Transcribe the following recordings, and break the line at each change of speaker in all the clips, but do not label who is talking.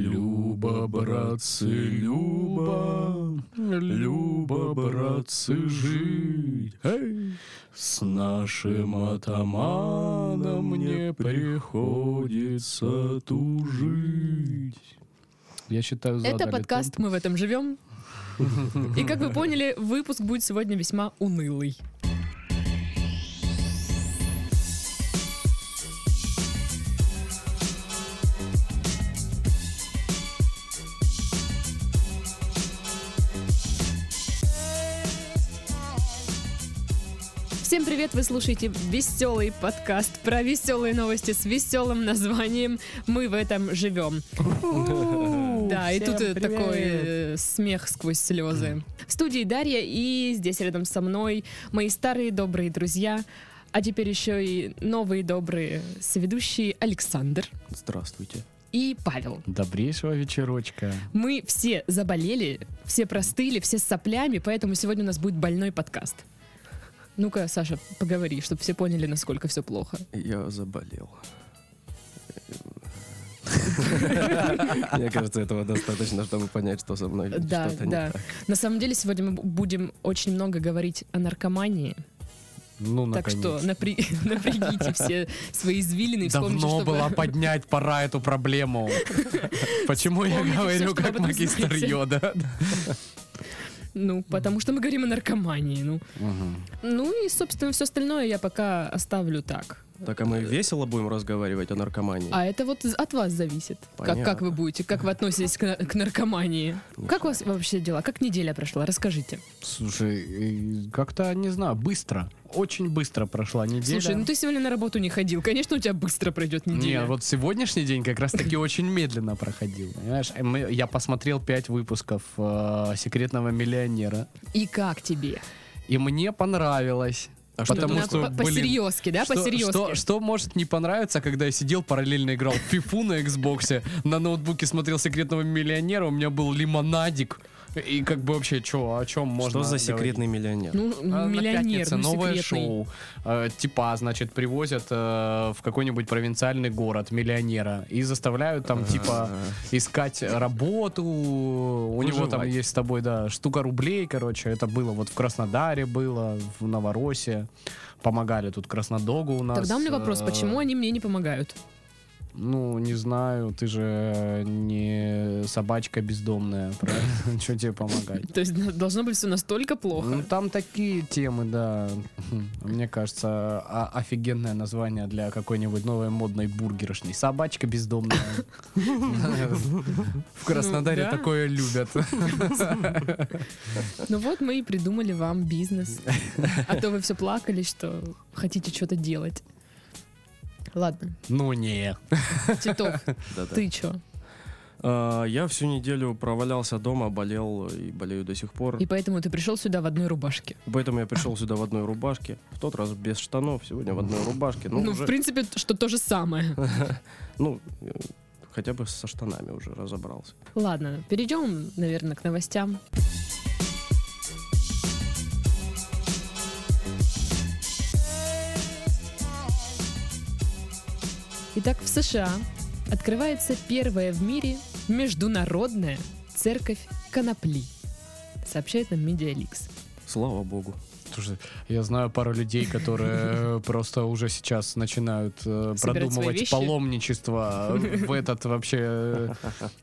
Люба, братцы, Люба, Люба, братцы, жить. Эй! С нашим атаманом мне приходится тужить. Я считаю,
Это
задали
подкаст «Мы в этом живем». И как вы поняли, выпуск будет сегодня весьма унылый. Всем привет! Вы слушаете веселый подкаст про веселые новости с веселым названием «Мы в этом живем». Да, и
Всем
тут э,
привет.
такой э, смех сквозь слезы. В студии Дарья и здесь рядом со мной мои старые добрые друзья, а теперь еще и новые добрые соведущие Александр
Здравствуйте.
и Павел.
Добрейшего вечерочка.
Мы все заболели, все простыли, все с соплями, поэтому сегодня у нас будет больной подкаст. Ну-ка, Саша, поговори, чтобы все поняли, насколько все плохо.
Я заболел. Мне кажется, этого достаточно, чтобы понять, что со мной
Да,
что-то не
да.
так.
На самом деле сегодня мы будем очень много говорить о наркомании,
Ну,
так что напря- напрягите все свои извилины и вспомните,
Давно
что
было
вы-
поднять пора эту проблему. Почему я
Вспомните всё,
говорю
что об
как
этом
магистр
знаете.
йода?
Ну, потому что мы говорим о наркомании, ну. Ну и, собственно, все остальное я пока оставлю так.
Так, а мы весело будем разговаривать о наркомании?
А это вот з- от вас зависит. Как, как
Понятно.
вы будете, как вы относитесь к, на- к наркомании. Как у вас вообще дела? Как неделя прошла? Расскажите.
Слушай, э, как-то, не знаю, быстро. Очень быстро прошла неделя.
Слушай, ну ты сегодня на работу не ходил. Конечно, у тебя быстро пройдет неделя.
Не, вот сегодняшний день как раз-таки очень медленно проходил. Понимаешь, Э, мы- я посмотрел пять выпусков э, «Секретного миллионера»,
И как тебе?
и мне понравилось.
А что
Потому
это
что,
по
блин,
серьезке да?
что,
По
что,
серьезке
что может не понравиться, когда я сидел параллельно играл в FIFA на Xbox, на ноутбуке смотрел «Секретного миллионера», у меня был лимонадик. И как бы вообще, чё, о чем можно
Что за
говорить?
секретный миллионер?
Ну,
А, на
миллионер,
«Пятнице»
ну,
новое
секретный.
шоу. Э, типа, значит, привозят э, в какой-нибудь провинциальный город миллионера и заставляют там,
А,
типа, искать работу. У него там
Выживать.
есть с тобой, да, штука рублей, короче. Это было вот в Краснодаре, было в Новороссии. Помогали тут Краснодогу у нас.
Тогда у меня вопрос,
Э,
почему они мне не помогают?
Ну, не знаю, ты же не собачка бездомная, правильно? Что тебе помогать?
То есть должно быть все настолько
Ну,
плохо.
там такие темы, да. Мне кажется, о- офигенное название для какой-нибудь новой модной бургерошной. Собачка бездомная. В Краснодаре
да.
такое любят.
Ну вот мы и придумали вам бизнес. А то вы все плакали, что хотите что-то делать. Ладно,
Ну не.
Титов,
Да-да.
ты чё?
А, Я всю неделю провалялся дома, болел и болею до сих пор.
И поэтому ты пришел сюда в одной рубашке.
Поэтому я пришел сюда в одной рубашке. В тот раз без штанов, сегодня в одной рубашке. Ну,
Ну, в
уже-
принципе, что то же самое.
ну, э, хотя бы со штанами уже разобрался.
Ладно, перейдем, наверное, к новостям. Итак, в США открывается первая в мире международная церковь конопли. Сообщает нам Медиаликс.
Слава богу.
Слушай, я знаю пару людей, которые просто уже сейчас начинают э,
Собирать свои
продумывать
вещи.
паломничество э, в этот вообще, э,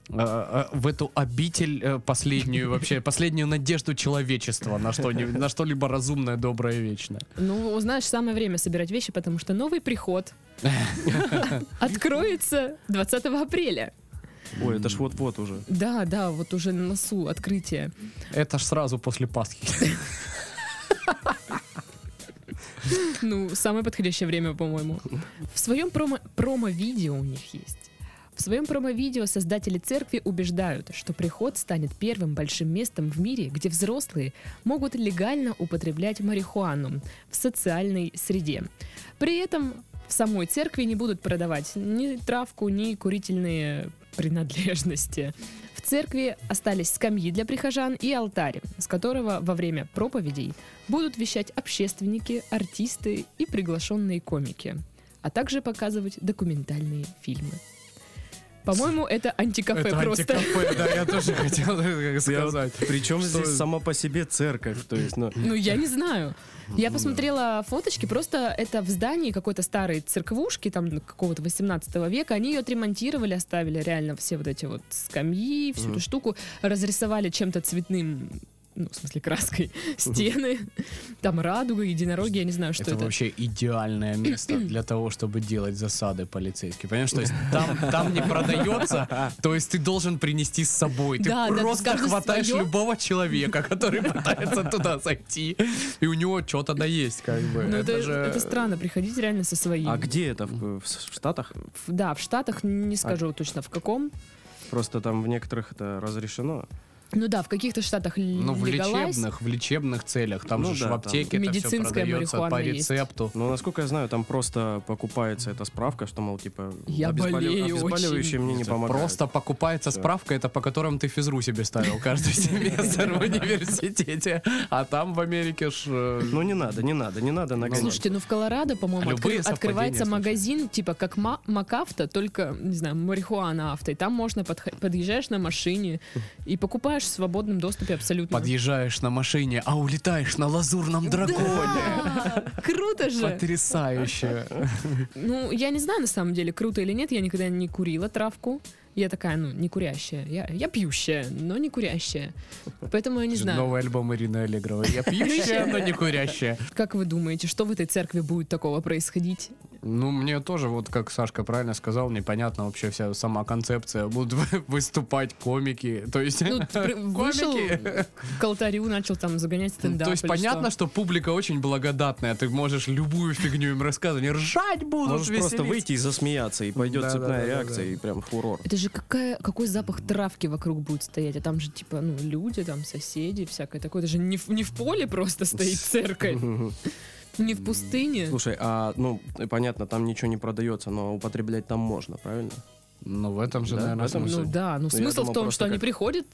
э, в эту обитель э, последнюю вообще, последнюю надежду человечества на что-нибудь, на что-либо разумное, доброе, вечное.
Ну, знаешь, самое время собирать вещи, потому что новый приход откроется 20 апреля.
Ой, это ж вот-вот уже.
Да, да, вот уже на носу открытие.
Это ж сразу после Пасхи.
Ну, самое подходящее время, по-моему. В своем промо- промо-видео у них есть. В своем промо-видео создатели церкви убеждают, что приход станет первым большим местом в мире, где взрослые могут легально употреблять марихуану в социальной среде. При этом в самой церкви не будут продавать ни травку, ни курительные принадлежности. В церкви остались скамьи для прихожан и алтарь, с которого во время проповедей будут вещать общественники, артисты и приглашенные комики, а также показывать документальные фильмы. По-моему, это антикафе
Это
просто.
антикафе, да, я тоже хотел э, сказать.
Причем
Что-
здесь сама по себе церковь, то есть, ну,
Ну, я не знаю. Я посмотрела фоточки, просто это в здании какой-то старой церквушки, там, какого-то 18 века, они ее отремонтировали, оставили реально все вот эти вот скамьи, всю эту
Мгм.
штуку, разрисовали чем-то цветным, ну, в смысле, краской, стены, там радуга, единороги, я не знаю, что
Это
это.
вообще идеальное место для того, чтобы делать засады полицейские. Понимаешь, то есть там, там не продается, то есть ты должен принести с собой. Ты
Да, да,
просто
каждый
хватаешь
своё.
любого человека, который пытается туда зайти, и у него что-то да есть, как бы.
Ну, это,
это же...
это странно, приходить реально со своим.
а где это? В, в Штатах?
В- Да, в Штатах, не
а
скажу точно в каком.
Просто там в некоторых это разрешено.
Ну да, в каких-то штатах л-
Ну, в
легалась.
лечебных, в лечебных целях. Там
Ну
же ж
да,
в
там.
аптеке это все
Медицинская
продается по
марихуана есть.
рецепту.
Но, насколько я знаю, там просто покупается эта справка, что, мол, типа,
Я
обезболе-
болею
обезболивающие мне не помогают.
Просто покупается
Да.
справка, это по которым ты физру себе ставил каждый семестр в университете. А там в Америке ж... э,
Ну не надо, не надо, не надо нагонять.
Слушайте, ну в Колорадо, по-моему,
Любые
откры-
совпадения,
открывается
слушай.
магазин, типа как ма- Макафта, только, не знаю, марихуана авто. И там можно подх- подъезжаешь на машине и покупаешь в свободном доступе абсолютно.
Подъезжаешь на машине, а улетаешь на лазурном драконе.
Да! Круто же!
Потрясающе.
Ну, я не знаю, на самом деле, круто или нет, я никогда не курила травку. Я такая, ну, не курящая. Я, я пьющая, но не курящая. Поэтому я не знаю.
Новый альбом Ирины Аллегровой. Я пьющая, но не курящая.
Как вы думаете, что в этой церкви будет такого происходить?
Ну, мне тоже, вот как Сашка правильно сказал, непонятно вообще вся сама концепция. Будут выступать комики. То есть...
Ну, при- вышел к алтарю, начал там загонять стендап.
То есть
или
понятно, что?
что?
публика очень благодатная, ты можешь любую фигню им рассказывать, они ржать будут,
Можешь просто
веселиться.
выйти и засмеяться, и пойдет
Да, да,
цепная
да, да,
реакция,
да.
и прям фурор.
Это же какая, какой запах травки вокруг будет стоять, а там же типа ну люди, там соседи, всякое такое. Это же не в, не в поле просто стоит церковь, не в пустыне.
Слушай, а, ну, понятно, там ничего не продается, но употреблять там можно, правильно?
Ну, в этом же,
Да,
а
наверное,
в этом
Ну
смысл.
да, ну
я
смысл в
думал,
том,
просто
что они
как-
приходят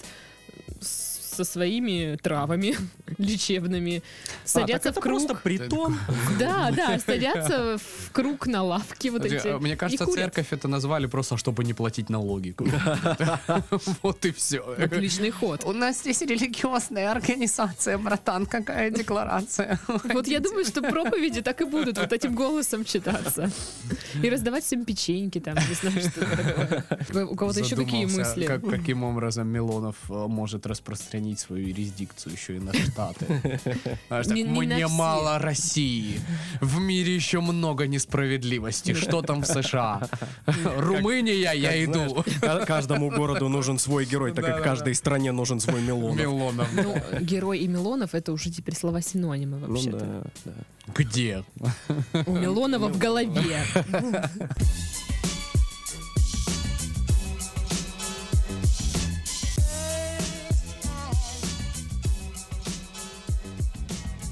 с- со своими травами лечебными,
А,
садятся в круг.
притон.
Да, да, садятся в круг на лавке вот
Подожди,
эти.
а Мне
и
кажется,
э, курят.
церковь это назвали просто, чтобы не платить налоги. Вот и все.
Отличный ход.
У нас здесь религиозная организация, братан, какая декларация.
Вот я думаю, что проповеди так и будут вот этим голосом читаться. И раздавать всем печеньки там, не знаю, что такое. У кого-то еще какие
Задумался,
мысли?
Как, каким образом Милонов э, может распространить свою юрисдикцию еще и на Штаты? Знаешь, так,
Не- не на
Мне
все».
мало России. В мире еще много несправедливости. Что там в США? Румыния, я иду.
Каждому городу нужен свой герой, так как
Да-да-да.
каждой стране нужен свой Милонов.
Милонов.
Ну, герой и Милонов это уже теперь слова синонимы
Ну
вообще-то.
да, да.
Где?
У Милонова в голове.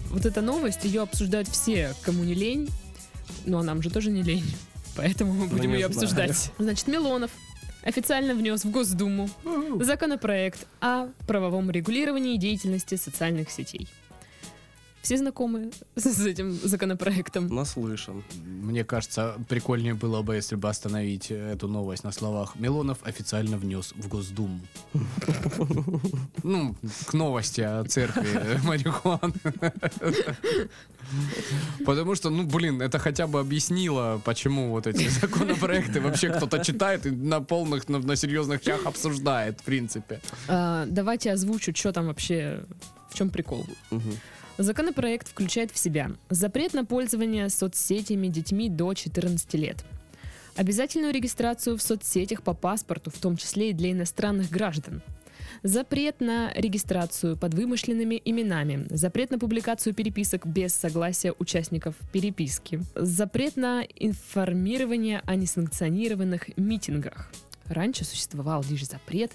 Вот эта новость, ее обсуждают все, кому не лень. Ну а нам же тоже не лень. Поэтому мы будем
не
ее
знаю.
обсуждать. Значит, Милонов официально внес в Госдуму законопроект о правовом регулировании деятельности социальных сетей. Все знакомы с этим законопроектом?
Наслышан.
Мне кажется, прикольнее было бы, если бы остановить э, эту новость на словах Милонов официально внес в Госдуму. Ну, к новости о церкви э, марихуаны. Потому что, ну, блин, это хотя бы объяснило, почему вот эти законопроекты вообще кто-то читает и на полных, на, на серьезных чах обсуждает, в принципе.
А, давайте озвучу, что там вообще, в чем прикол.
Мгм.
Законопроект включает в себя запрет на пользование соцсетями детьми до 14 лет, обязательную регистрацию в соцсетях по паспорту, в том числе и для иностранных граждан, запрет на регистрацию под вымышленными именами, запрет на публикацию переписок без согласия участников переписки, запрет на информирование о несанкционированных митингах. Раньше существовал лишь запрет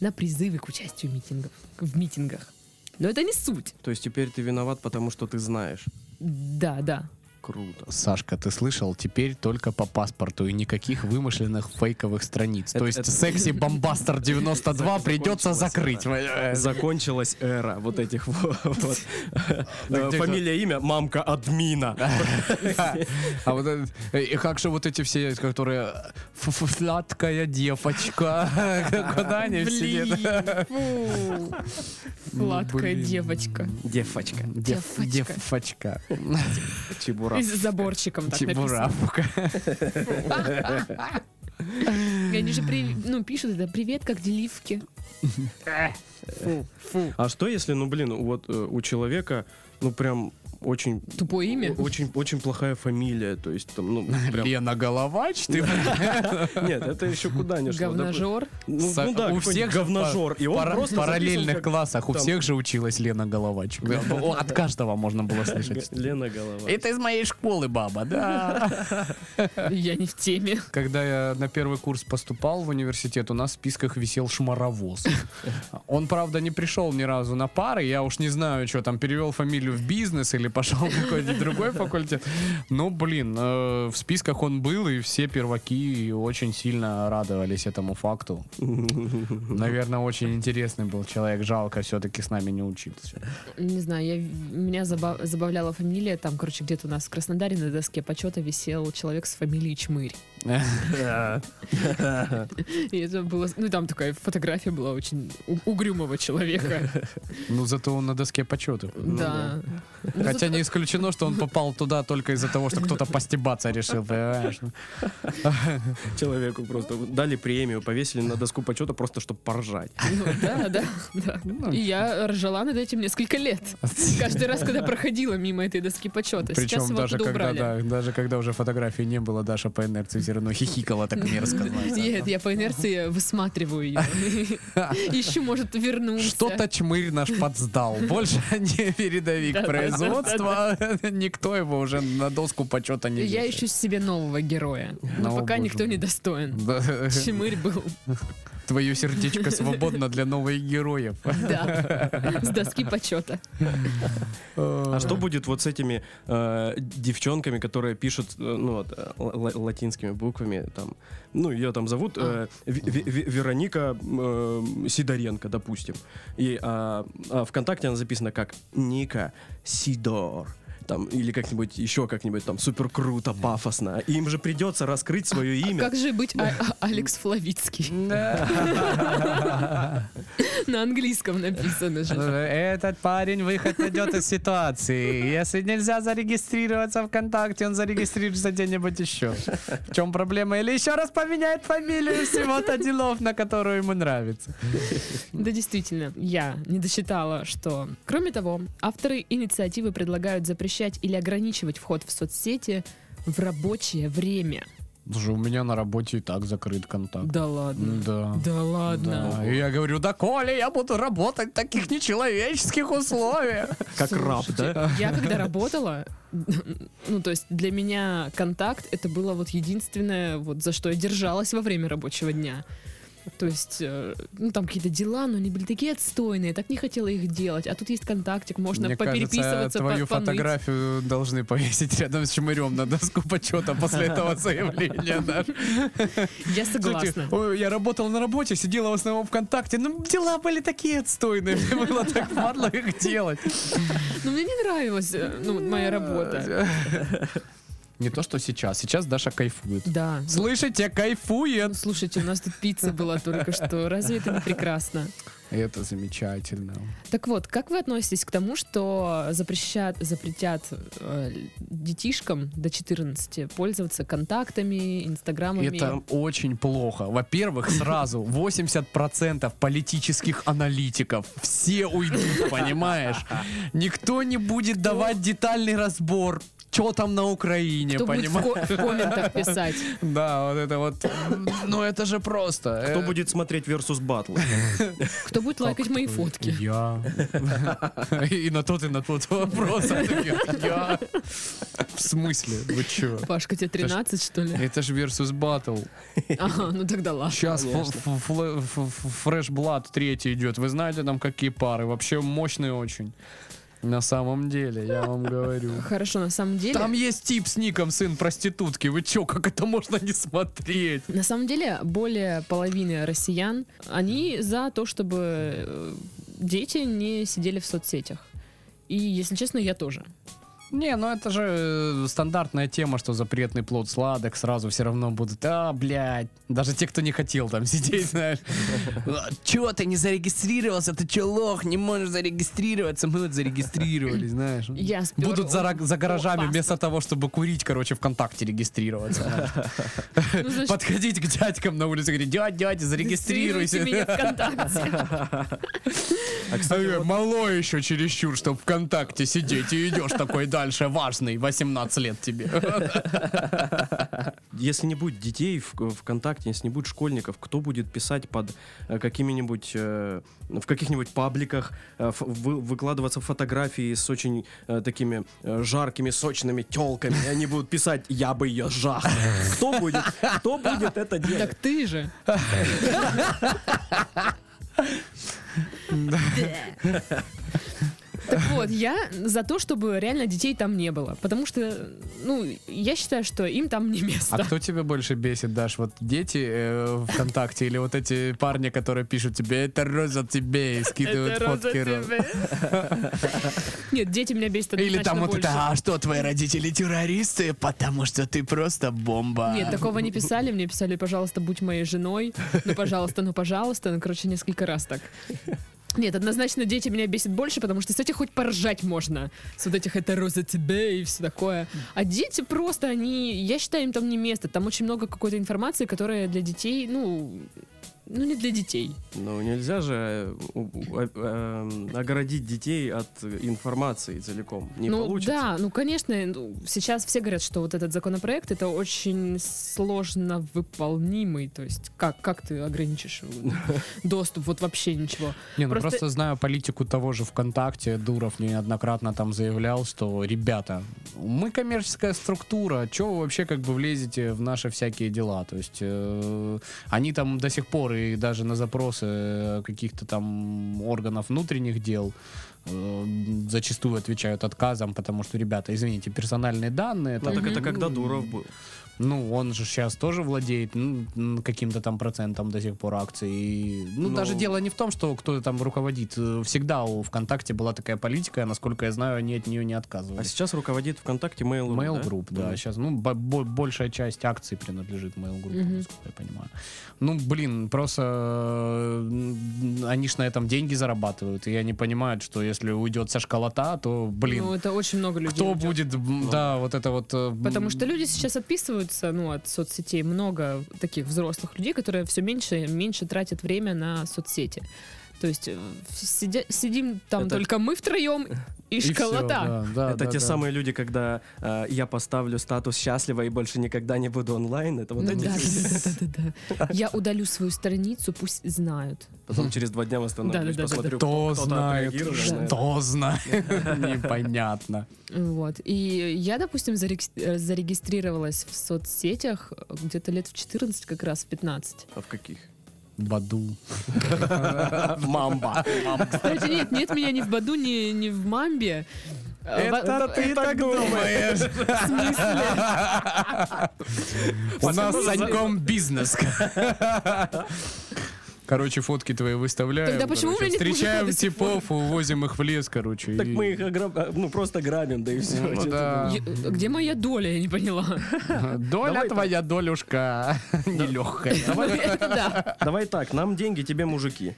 на призывы к участию митингов, в митингах. Но это не суть.
То есть теперь ты виноват, потому что ты знаешь.
Да, да.
Круто.
Сашка, ты слышал? Теперь только по паспорту и никаких вымышленных фейковых страниц.
Это-
То есть
это-
секси бомбастер 92 придется
Закончилась
закрыть. Э,
Закончилась эра вот этих вот.
Да
Э,
где же-
Фамилия, имя, мамка админа.
А вот это- э, и как же вот эти все, которые «Ф- ф- сладкая девочка, куда они все?
Блин,
идут?
фу. Сладкая
Блин.
девочка.
Девочка.
Дев-
Девочка.
Девочка.
Чебурашка.
Из заборчиком так написано.
Чебуравка.
И Они же при- ну, пишут это «Привет, как деливки».
А что если, ну блин, вот э, у человека, ну прям очень...
Тупое имя.
Очень, очень плохая фамилия, то есть там, ну, прям...
Лена Головач, ты
Нет, это еще куда не шло. Допу-
Говножор.
Ну,
Са-
ну да,
у
у
всех
всех
же
говножор. И он
Пара-
просто
в параллельных
записан как
классах у
там.
всех же училась Лена Головач. О, От каждого можно было слышать.
Г- Лена Голова.
Это из моей школы, баба, да.
Я не в теме.
Когда я на первый курс поступал в университет, у нас в списках висел шмаровоз. Он, правда, не пришел ни разу на пары. Я уж не знаю, что там, перевел фамилию в бизнес или пошел в какой-то другой факультет. Но, блин, э, в списках он был, и все перваки очень сильно радовались этому факту. Наверное, очень интересный был человек. Жалко, все-таки с нами не учился.
Не знаю, я, меня заба- забавляла фамилия. Там, короче, где-то у нас в Краснодаре на доске почета висел человек с фамилией Чмырь. И это было... Ну, там такая фотография была очень у- угрюмого человека.
Ну, зато он на доске почета.
Да. Ну,
Хотя не исключено, что он попал туда только из-за того, что кто-то постебаться решил, понимаешь?
Человеку просто дали премию, повесили на доску почета просто, чтобы поржать.
Ну, да, да, да.
Ну,
И я ржала над этим несколько лет. Каждый раз, когда проходила мимо этой доски почета. Сейчас
Причем
его
даже
оттуда
когда,
убрали.
да, даже когда уже фотографии не было, Даша по инерции все равно хихикала так мерзко. знаешь, да.
Нет, ну я по инерции высматриваю ее. Еще, может, вернуться.
Что-то чмырь наш подсдал. Больше не передовик
Да-да-да-да-да.
производства. Никто его уже на доску почета не
Я
вешает.
ищу себе нового героя. Но
О,
пока
боже
никто
мой.
не достоин.
Да.
Чемырь был,
Твое сердечко свободно для новых героев.
да, с доски почета.
А что будет вот с этими э, девчонками, которые пишут, э, ну вот, э, л- л- латинскими буквами, там, ну, ее там зовут э, Ви- Ви- Ви- Вероника э, Сидоренко, допустим. И а, а ВКонтакте она записана как Ника Сидор. Там, или как-нибудь еще как-нибудь там супер круто, пафосно. И им же придется раскрыть свое имя.
А Как же быть А- А- Алекс Флавицкий? На английском написано же.
Этот парень выход найдет из ситуации. Если нельзя зарегистрироваться ВКонтакте, он зарегистрируется где-нибудь еще. В чем проблема? Или еще раз поменяет фамилию всего-то делов, на которую ему нравится.
Да, действительно, я не досчитала, что... Кроме того, авторы инициативы предлагают запрещать или ограничивать вход в соцсети в рабочее время.
Слушай, у меня на работе и так закрыт контакт.
Да ладно.
Да.
Да ладно.
Да. А, И я говорю, да Коля, я буду работать в таких нечеловеческих условиях.
Как раб, да?
Я когда работала, ну, то есть для меня контакт это было вот единственное, вот за что я держалась во время рабочего дня. То есть, э, ну, там какие-то дела, но они были такие отстойные, так не хотела их делать. А тут есть контактик, можно
Мне
попереписываться,
кажется, твою
по- поныть.
фотографию должны повесить рядом с чмырем на доску почета после этого заявления. Даш.
Я согласна.
Слушайте, ой, я работал на работе, сидела в основном ВКонтакте, но дела были такие отстойные, мне было так падло их делать.
Но Ну, мне не нравилась э, ну, вот моя работа.
Не то, что сейчас. Сейчас Даша кайфует.
Да.
Слышите,
Ну,
кайфует.
Слушайте, у нас тут пицца была только что. Разве это не прекрасно?
Это замечательно.
Так вот, как вы относитесь к тому, что запрещат, запретят э, детишкам до 14 пользоваться контактами, инстаграмами?
Это очень плохо. Во-первых, сразу 80% политических аналитиков все уйдут, понимаешь? Никто не будет давать детальный разбор, что там на Украине,
Кто будет в,
понимаешь?
ко- в комментах писать?
Да, вот это вот. Ну это же просто.
Кто
Э,
будет смотреть versus батлы?
Кто будет лайкать мои фотки?
Я. И на тот, и на тот вопрос. Я. В смысле? Вы чё?
Пашка, тебе 13, что ли?
Это же versus battle.
Ага, ну тогда ладно.
Сейчас Флэш Блад третий идет. Вы знаете там какие пары? Вообще мощные очень. На самом деле, я вам говорю.
Хорошо, на самом деле...
Там есть тип с ником сын проститутки. Вы чё, как это можно не смотреть?
На самом деле, более половины россиян, они за то, чтобы э, дети не сидели в соцсетях. И, если честно, я тоже.
Не, ну это же э, стандартная тема, что запретный плод сладок, сразу все равно будут, а, блядь, даже те, кто не хотел там сидеть, знаешь. «А, Чё ты не зарегистрировался, ты чё, лох, не можешь зарегистрироваться, мы вот зарегистрировались, знаешь.
Я спер
Будут за, раг- за
у-
гаражами
у
вместо того, чтобы курить, короче, ВКонтакте регистрироваться. знаешь.
Ну, значит,
Подходить к дядькам на улице и говорить, дядь, дядя,
зарегистрируйте меня
зарегистрируйся.
ВКонтакте.
А, кстати,
Э,
вот-
Мало еще чересчур, чтоб ВКонтакте сидеть и идешь такой дальше, важный, 18 лет тебе.
если не будет детей в ВКонтакте, если не будет школьников, кто будет писать под э, какими-нибудь, э, в каких-нибудь пабликах, э, ф- вы- выкладываться фотографии с очень э, такими э, жаркими, сочными телками, и они будут писать «Я бы ее жах». Кто будет, кто будет это делать?
Так ты же. Так вот, я за то, чтобы реально детей там не было. Потому что, ну, я считаю, что им там не
А
место.
кто тебя больше бесит, Даш? Вот дети э, ВКонтакте или вот эти парни, которые пишут тебе «Это роза тебе» и скидывают
Это
фотки
роза
роз.
тебе. Нет, дети меня бесят
Или там
однозначно
вот это
больше.
«А что, твои родители террористы? Потому что ты просто бомба».
Нет, такого не писали. Мне писали, пожалуйста, будь моей женой. Ну, пожалуйста, ну, пожалуйста. Ну, короче, несколько раз так. Нет, однозначно дети меня бесят больше, потому что с этих хоть поржать можно. С вот этих это роза тебе и все такое. А дети просто, они, я считаю, им там не место. Там очень много какой-то информации, которая для детей, ну, ну не для детей.
Ну, нельзя же э, у- у- э, эм, огородить детей от информации целиком. Не
ну
получится.
да, ну конечно, ну, сейчас все говорят, что вот этот законопроект это очень сложно выполнимый, то есть как как ты ограничишь э, доступ, вот вообще ничего.
Не, ну
Просто-
просто... знаю политику того же ВКонтакте. Дуров неоднократно там заявлял, что ребята, мы коммерческая структура, чего вы вообще как бы влезете в наши всякие дела? То есть э, они там до сих пор и даже на запросы э, каких-то там органов внутренних дел э, зачастую отвечают отказом, потому что, ребята, извините, персональные данные.
Ну,
там,
так это
ну,
когда Дуров был.
ну, он же сейчас тоже владеет ну, м, каким-то там процентом до сих пор акций. И, ну,
Ну.
даже дело не в том, что кто там руководит. Э, Всегда у ВКонтакте была такая политика, и, насколько я знаю, они от нее не
А
отказывались.
сейчас руководит ВКонтакте
А
Mail.ru,
Mail Group, да,
Мгм.
сейчас, ну, бо- бо- большая часть акций принадлежит Mail Group,
Мгм.
насколько я понимаю. Ну, блин, просто э, м, они ж на этом деньги зарабатывают, и они понимают, что если уйдет со школота, то, блин,
Ну это очень много людей.
кто
уйдет.
будет, м, да, вот это вот... э, м,
Потому что люди сейчас отписываются, ну, от соцсетей. Много таких взрослых людей, которые все меньше и меньше тратят время на соцсети. То есть э, сидя- сидим там
Это-
только мы втроем и,
всё,
школота.
да, да,
это
да,
те
да.
самые люди, когда э, я поставлю статус счастлива и больше никогда не буду онлайн. Это вот
Ну
эти.
да,
люди.
да, да, да, да, да. Я удалю свою страницу, пусть знают.
Потом через два дня восстановлюсь,
Да-да-да-да-да.
посмотрю,
Кто
кто-то
знает,
отреагировал на это.
что знает, непонятно.
Вот. И я, допустим, зареги- э, зарегистрировалась в соцсетях э, где-то лет в 14, как раз в 15.
А в каких?
Баду. Мамба.
Кстати, нет, нет меня ни в Баду, ни, ни в Мамбе. Э, во-
ты так
Э,
думаешь?
В смысле?
У нас с Саньком бизнес. Короче, фотки твои выставляем.
Тогда почему
короче,
у меня нет мужика
Встречаем
до сих
типов, увозим их в лес, короче.
Так
и-
мы их ограб- э, ну, просто грабим, да и все.
Ну да.
Е- Где моя доля, я не поняла.
Доля твоя, долюшка, нелегкая.
Это да.
Давай так, нам деньги, тебе мужики.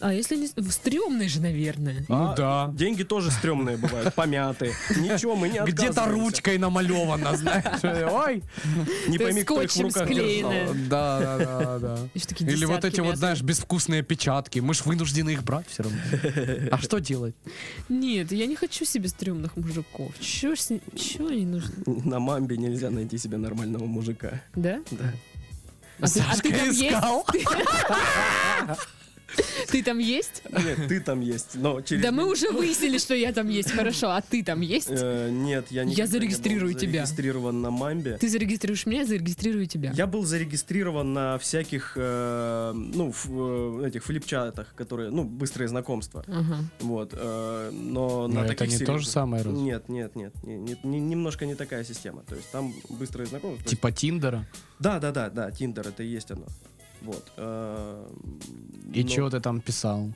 А если не... с- в Стрёмной же, наверное.
Ну
А,
да.
Деньги тоже стрёмные бывают, помятые. Ничего, мы не
Где-то
отказываемся.
ручкой намалевана, знаешь. Ой.
Не
Ты
пойми, кто их в
скотчем
руках
склеенная.
держал.
Э.
Да, да, да, да.
И что такие
Или вот
десятки
эти вот,
мятых.
знаешь, безвкусные печатки. Мы ж вынуждены их брать все равно. А что делать?
Нет, я не хочу себе стрёмных мужиков. Чё, ж с ни- чё они нужны?
На мамбе нельзя найти себе нормального мужика.
Да?
Да.
А ты- а ты там есть?
искал.
Ты там есть?
Нет, ты там есть, но через...
Да мы
меня-
уже выяснили, что я там есть. Хорошо, а ты там есть?
Э, Нет, я никогда не
зарегистрирую
был
тебя.
зарегистрирован на Мамбе.
Ты зарегистрируешь меня, я зарегистрирую тебя.
Я был зарегистрирован на всяких, э, ну, ф- э, этих флипчатах, которые, ну, быстрые знакомства.
Ага.
Вот, э,
Но
но, на
Ну, это
таких
не то же
серьезных-
самое, разве?
Нет, нет, нет, не- не- не- немножко не такая система. То есть там быстрые знакомства. то есть-
Типа Тиндера.
да, да, да, да, Тиндер это и есть оно. Вот. э,
И
но-
чё ты там писал?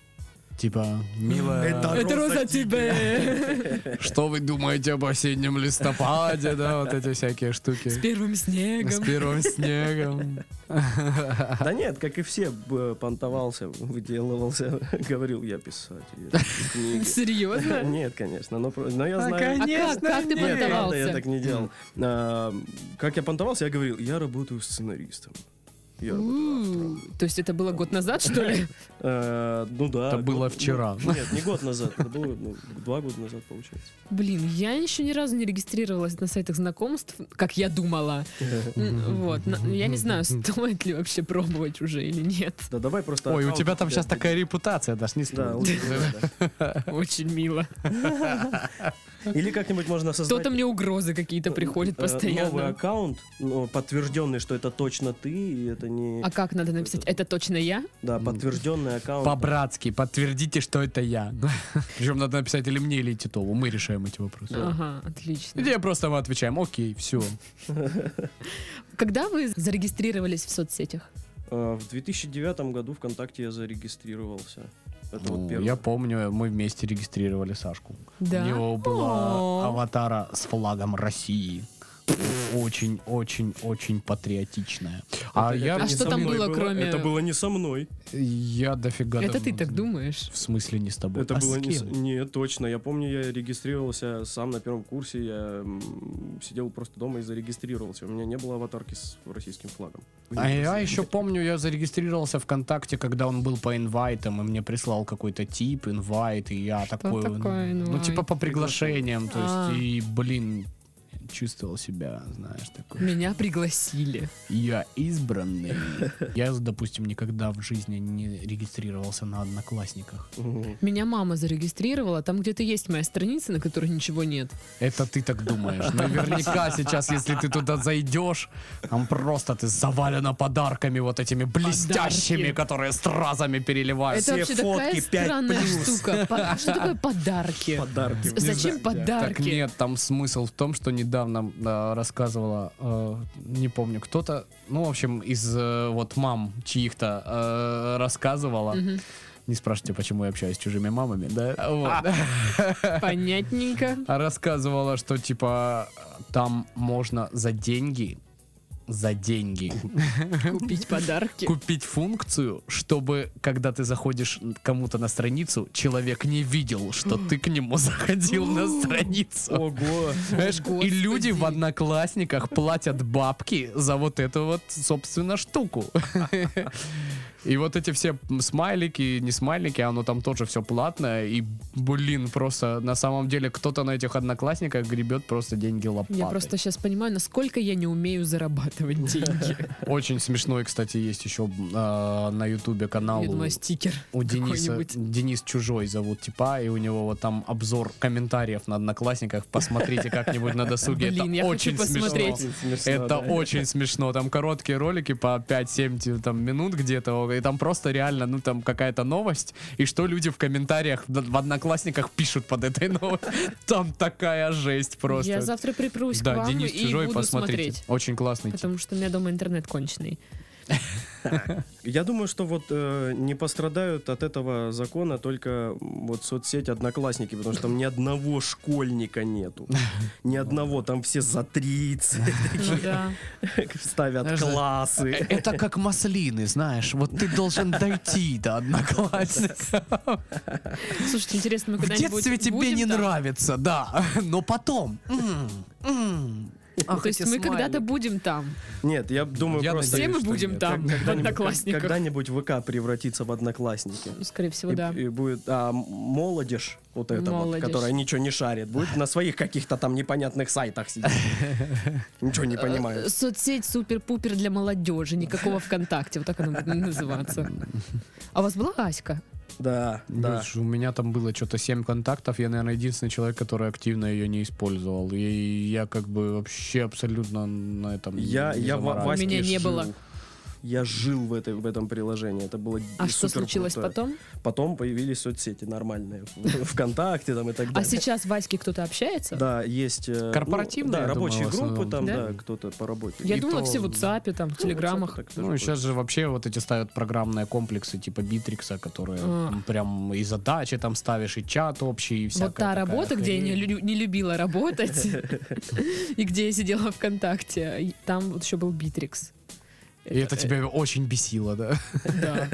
Типа, милая,
Это-
Это роза
роза
тебе!
что вы думаете об осеннем листопаде, да, вот эти всякие
С
штуки.
первым
С
снегом.
первым снегом.
Да нет, как и все, б- понтовался, выделывался, говорил я писатель. я пишу книги».
Серьезно?
Нет, конечно, но, про- но я
А,
знаю...
А как,
Конечно,
как ты
Нет, правда, я
понтовался?
так не делал. А, Как я понтовался, я говорил, я работаю сценаристом. Я работаю
У,
автором.
То есть это было год назад, что ли?
Э, Ну да.
Это
год-
было вчера.
ну, Нет, не год назад, это было ну, два года назад, получается.
Блин, я еще ни разу не регистрировалась на сайтах знакомств, как я думала. М, Вот, на- я не знаю, стоит ли вообще пробовать уже или нет.
Да давай просто...
Ой, у
аккаунт
тебя там сейчас
будет.
такая репутация, даже не стоит.
Да, лучше не надо.
Очень мило.
Или как-нибудь можно создать...
Кто-то мне угрозы какие-то приходят
э, Новый
постоянно.
аккаунт, но подтвержденный, что это точно ты, и это не...
А как надо написать? Это точно я?
Да, подтвержденный аккаунт.
По-братски, подтвердите, что это я. Причем надо написать или мне, или Титову. Мы решаем эти вопросы.
Ага, отлично.
Где просто мы отвечаем, окей, все.
Когда вы зарегистрировались в соцсетях?
Э, В 2009 году ВКонтакте я зарегистрировался. Это вот первый.
Я помню, мы вместе регистрировали Сашку. У него была
О.
аватара с флагом России. Очень-очень-очень патриотичная. А
Это-
я,
это
А
не
что
со
там
мной
было, кроме-
Это было не со мной.
я дофига
Это
давно-
ты так думаешь?
В смысле не с тобой?
Это
А
было
с
не... с-
кем?
Нет, точно. Я помню, я регистрировался сам на первом курсе. Я м, сидел просто дома и зарегистрировался. У меня не было аватарки с российским флагом.
А я еще помню, я зарегистрировался ВКонтакте, когда он был по инвайтам, и мне прислал какой-то тип, инвайт, и я такой...
такое
ну,
инвайт?
типа по приглашениям, то есть,
А.
и, блин, чувствовал себя, знаешь, такой...
Меня пригласили.
Я избранный. Я, допустим, никогда в жизни не регистрировался на Одноклассниках.
Мгм.
Меня мама зарегистрировала, там где-то есть моя страница, на которой ничего нет.
Это ты так думаешь. Наверняка сейчас, если ты туда зайдешь, там просто ты завалена подарками вот этими блестящими,
Подарки.
которые стразами переливаются.
Это вообще такая странная штука. По- Что такое подарки?
Подарки.
З- Зачем
Так
подарки?
нет, там смысл в том, что недавно э, рассказывала, э, не помню, кто-то, ну, в общем, из э, вот мам чьих-то э, рассказывала.
Мгм.
Не спрашивайте, почему я общаюсь с чужими мамами, да? Вот.
Понятненько.
рассказывала, что типа там можно за деньги, за деньги
Купить подарки.
купить функцию, чтобы когда ты заходишь кому-то на страницу, человек не видел, что ты к нему заходил на страницу.
Ого.
Знаешь,
Господи.
и люди в одноклассниках платят бабки за вот эту вот, собственно, штуку. И вот эти все смайлики, не смайлики, а оно там тоже все платное. И, блин, просто на самом деле кто-то на этих одноклассниках гребет просто деньги лопатой.
Я просто сейчас понимаю, насколько я не умею зарабатывать деньги.
Очень смешной, кстати, есть еще э, на ютубе канал
Я думала, стикер.
у Дениса,
какой-нибудь.
Денис Чужой зовут типа, и у него вот там обзор комментариев на одноклассниках. Посмотрите как-нибудь на досуге.
Блин,
Это
я хочу
очень смешно.
посмотреть.
Очень смешно,
Это
да.
очень смешно. Там короткие ролики по 5-7 ти- там, минут где-то. И там просто реально, ну, там какая-то новость. И что люди в комментариях д- в Одноклассниках пишут под этой новостью. Там такая жесть просто.
Я завтра припрусь к
да,
вам
Денис
и
Чужой,
буду
посмотрите.
смотреть.
Очень классный тип.
Потому что у меня дома интернет конченый.
Я думаю, что вот э, не пострадают от этого закона только м, вот соцсеть Одноклассники, потому что там ни одного школьника нету. Ни одного, там все за 30
Ну да.
ставят
Знаешь,
классы.
Это как маслины, знаешь. Вот ты должен дойти до одноклассников.
Слушайте, интересно, мы
В
когда-нибудь
детстве тебе
будем
не
там?
нравится, да. Но потом. м, м. Ах,
Ну, То есть
эти
мы когда-то
смайлики.
будем там.
Нет, я думаю,
Я
просто
Все мы
что
будем
нет.
там, в одноклассниках.
когда-нибудь ВК превратится в Одноклассники.
Ну, Скорее всего,
И-
да.
И, будет а, м- молодежь, вот эта
Молодежь.
вот, которая ничего не шарит, будет на своих каких-то там непонятных сайтах сидеть. Ничего не
Э,
понимает.
Соцсеть супер-пупер для молодежи, никакого ВКонтакте, вот так она будет называться. А у вас была Аська?
Да, да.
Слушай, У меня там было что-то 7 контактов. Я, наверное, единственный человек, который активно ее не использовал. И я как бы вообще абсолютно на этом
Я,
не
я в
заморачиваюсь.
Ваське
меня не
жил.
было.
Я жил в, этой, в этом приложении. Это было
А что
супер
случилось
круто.
потом?
Потом появились соцсети нормальные. В- Вконтакте там и так далее.
А сейчас Ваське кто-то общается?
Да, есть... э, ну,
Корпоративные,
да,
я думаю,
рабочие
в основном.
группы там,
Да?
да, кто-то по работе.
Я
И
думала,
то-
все в WhatsApp, там, в Телеграмах.
Ну, и сейчас же вообще вот эти ставят программные комплексы типа Битрикса, которые
А.
м, прям и задачи там ставишь, и чат общий, и всякая
Вот та
такая
работа, где я не,
хрень.
лю- не любила работать, и где я сидела ВКонтакте, и там вот еще был Битрикс.
И это тебя очень бесило, да?
Да.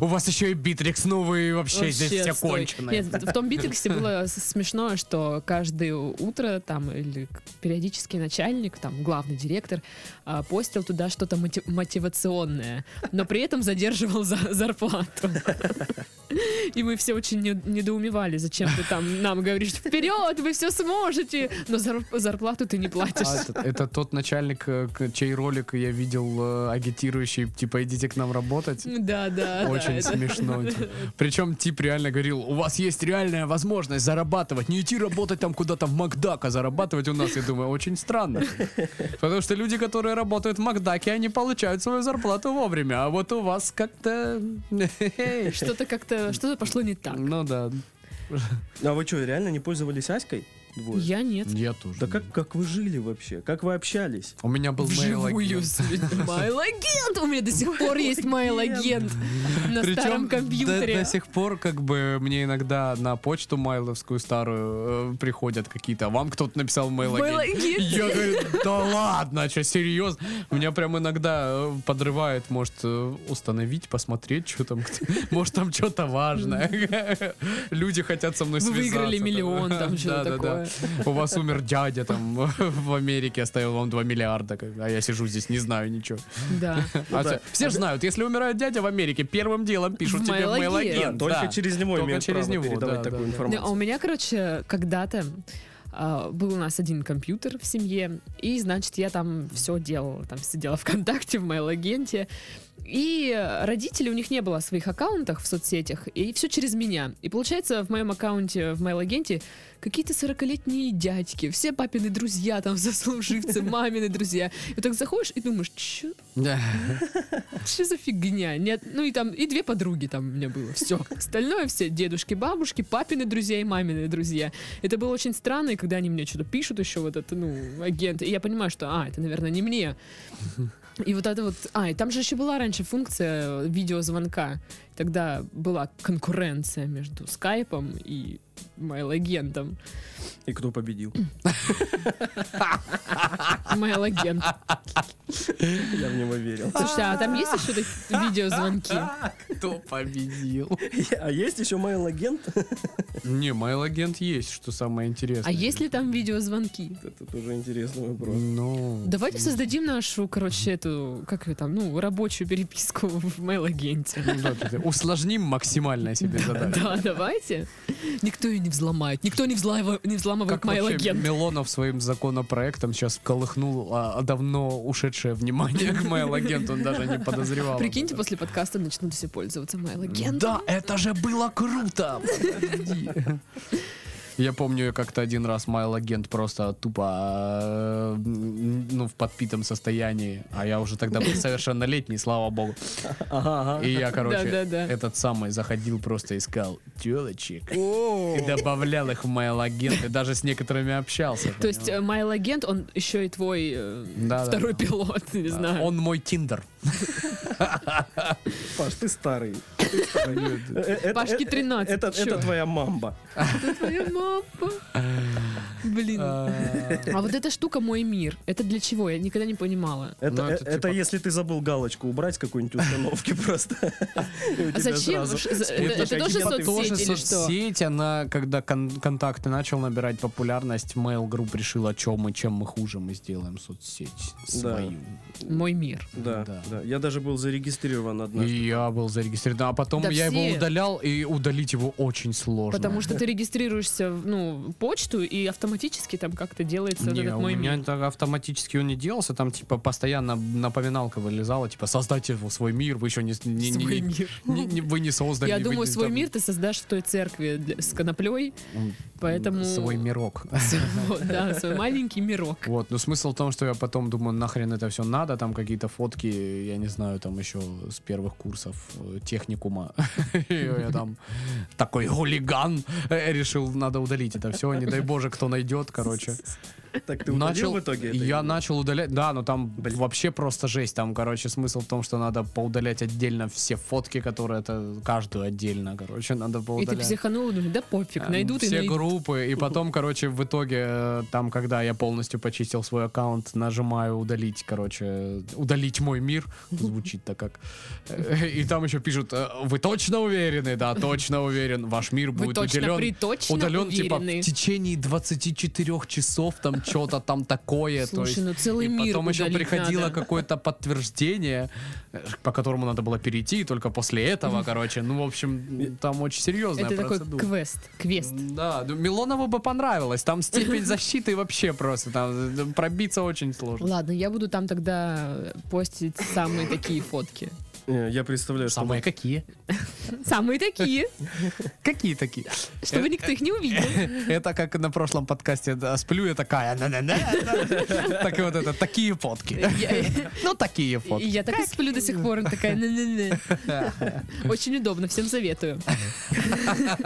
У вас еще и Битрикс новый, вообще здесь все
отстой.
конченое.
Нет, в том Битриксе было с- смешно, что каждое утро там или к- периодически начальник, там главный директор а, постил туда что-то мати- мотивационное, но при этом задерживал за- зарплату. И мы все очень не- недоумевали, зачем ты там нам говоришь, вперед, вы все сможете, но зар- зарплату ты не
А
платишь.
это, это тот начальник, э, к- чей ролик я видел э, агитирующий, типа, идите к нам работать.
Да, да, да.
Очень
это-
смешно. Причем тип реально говорил, у вас есть реальная возможность зарабатывать, не идти работать там куда-то в Макдак, а зарабатывать у нас, я думаю, очень странно. Потому что люди, которые работают в Макдаке, они получают свою зарплату вовремя, а вот у вас как-то...
Что-то как-то, что-то пошло не так.
Ну да,
А вы что, реально не пользовались Аськой? Двое?
Я нет.
я тоже.
Да как, как вы жили вообще? Как вы общались?
У меня был
Вживую
мейл-агент.
с людьми. Майл-агент! У меня до сих пор есть майл-агент на старом
До,
компьютере.
до сих пор, как бы, мне иногда на почту майловскую старую э, приходят какие-то. Вам кто-то написал мейл
Mail-агент.
Я говорю, да ладно, что, серьезно? Меня прям иногда э, подрывает, может, э, установить, посмотреть, что там, кто- может, там что-то важное. Люди хотят со мной
Вы
связаться.
выиграли миллион, там что-то
Да-да-да. У вас умер дядя там в Америке, оставил вам 2 миллиарда, как- а я сижу здесь, не знаю ничего.
Да.
А
да.
все, все же знают, если умирает дядя в Америке, первым делом пишут
В
тебе в
Mail.agent.
Mail.agent,
Да, только
да.
через него
Только
имеют
через
право
него,
передавать
да, да,
такую
да.
Да, А
информацию.
у меня, короче, когда-то а, был у нас один компьютер в семье, и, значит, я там все делала, там сидела ВКонтакте, в Mail-агенте, и родители, у них не было своих аккаунтов в соцсетях, и все через меня. И получается, в моем аккаунте в Mail-агенте какие-то 40-летние дядьки, все папины друзья, там заслуживцы, мамины друзья. И вот так заходишь и думаешь, что
Да.
что за фигня? Нет, ну и там, и две подруги там у меня было. Все. Остальное все дедушки, бабушки, папины друзья и мамины друзья. Это было очень странно, и когда они мне что-то пишут еще, вот это, ну, агент, и я понимаю, что, а, это, наверное, не мне. И вот это вот... А, и там же еще была раньше функция э, видеозвонка. Тогда была конкуренция между скайпом и майл-агентом.
И кто победил?
Майл-агент.
Я в него верил.
Слушайте, а там есть еще такие видеозвонки?
Кто Ну, победил?
А есть еще майл-агент?
Не, Mail.agent есть, что самое интересное.
А есть ли там видеозвонки?
Это тоже интересный вопрос.
Ну...
Давайте создадим нашу, короче, эту, как ее там, ну, рабочую переписку в мейл-агенте.
ну да, да, да. Усложним максимально себе задачу.
Да, давайте. Никто ее не взломает. Никто не, взлава- не взламывает
Как вообще
мейл-агент.
Милонов своим законопроектом сейчас вколыхнул а, давно ушедшее внимание к Mail.agent, он даже не подозревал. об
Прикиньте,
этом.
после подкаста начнут все пользоваться мейл-агентом.
Да, это же было круто! Подожди. Я помню, я как-то один раз майл-агент просто тупо э, м, ну, в подпитом состоянии, а я уже тогда был совершеннолетний, слава богу. И я, короче,
Да-да-да.
этот самый заходил, просто искал телочек и добавлял их в майл-агент, и даже с некоторыми общался.
То есть э, майл-агент, он еще и твой э,
Да, да,
второй
да.
пилот, не
понимаешь?
знаю.
Он мой Тиндер.
Паш, ты старый. Ты старый. Э, э, это-
Пашке
э,
13,
Это
ты чё?
это твоя мамба.
Это твоя мапа. Блин. А
Э,
вот эта штука «Мой мир», это для чего? Я никогда не понимала.
Это,
Ну,
э-
это
это
типа-
если ты забыл галочку убрать с какой-нибудь установки просто. И у
А
тебя
зачем?
сразу-
Ш- за- Это это
какие-то
тоже
маты-
Тоже
соцсеть или что?
соцсеть, она, когда кон- контакты начал набирать популярность, Mail Group решила, чем мы, чем мы хуже, мы сделаем соцсеть свою.
«Мой мир».
Да,
Да.
да. Я даже был зарегистрирован однажды.
И я был зарегистрирован. А потом
Да
я
все.
его удалял, и удалить его очень сложно.
Потому что ты регистрируешься в ну, почту и автоматически там как-то делается вот
Не,
этот
у
мой
меня
мир.
так автоматически он не делался, там типа постоянно напоминалка вылезала, типа создайте его, свой мир, вы еще не, с- не- не- не-
Свой мир.
не- не- вы не создали.
Я
вы
думаю,
не
свой
там-
мир ты создашь в той церкви для- с коноплей,
М,
поэтому...
Свой мирок.
Вот, да, свой маленький мирок.
Вот, но смысл в том, что я потом думаю, нахрен это все надо, там какие-то фотки, я не знаю, там еще с первых курсов э, техникума. И Я там такой хулиган э, решил, надо удалить это все, не дай боже, кто найдет, короче.
Так ты удалил в итоге? это
Я
или-
начал удалять, да, но там
Блин.
вообще просто жесть. Там, короче, смысл в том, что надо поудалять отдельно все фотки, которые это каждую отдельно, короче, надо
И ты
поудалять.
психанул, думаешь, да пофиг,
Эм,
найдут и
все
найдут.
группы, и потом, короче, в итоге, э, там, когда я полностью почистил свой аккаунт, нажимаю удалить, короче, удалить мой мир, звучит-то как. Э, И там еще пишут, э, вы точно уверены? Да, точно уверен, ваш мир
Вы
будет
точно,
уделен
при точно
удален, типа,
уверены?
в течение 24 часов там что-то там такое. то
Слушай,
есть-
ну целый
и
мир
потом еще
удалить
приходило
надо.
какое-то подтверждение, э, по которому надо было перейти, и только после этого, короче. Ну, в общем, там очень серьезная
Это такой
процедура.
квест, квест.
Да, ну, Милонову бы понравилось. Там степень защиты вообще просто. Там э, пробиться очень сложно.
Ладно, я буду там тогда постить самые такие фотки.
Не, Э, Я представляю, что...
Самые
вот-
какие?
Самые такие,
Какие такие?
чтобы никто их не увидел.
Это как на прошлом подкасте да, «Сплю я такая». «На-на-на». Так и вот это, такие фотки.
Я-
Ну, такие фотки.
И я так и сплю до сих пор, такая «Не-не-не». Очень удобно, всем советую.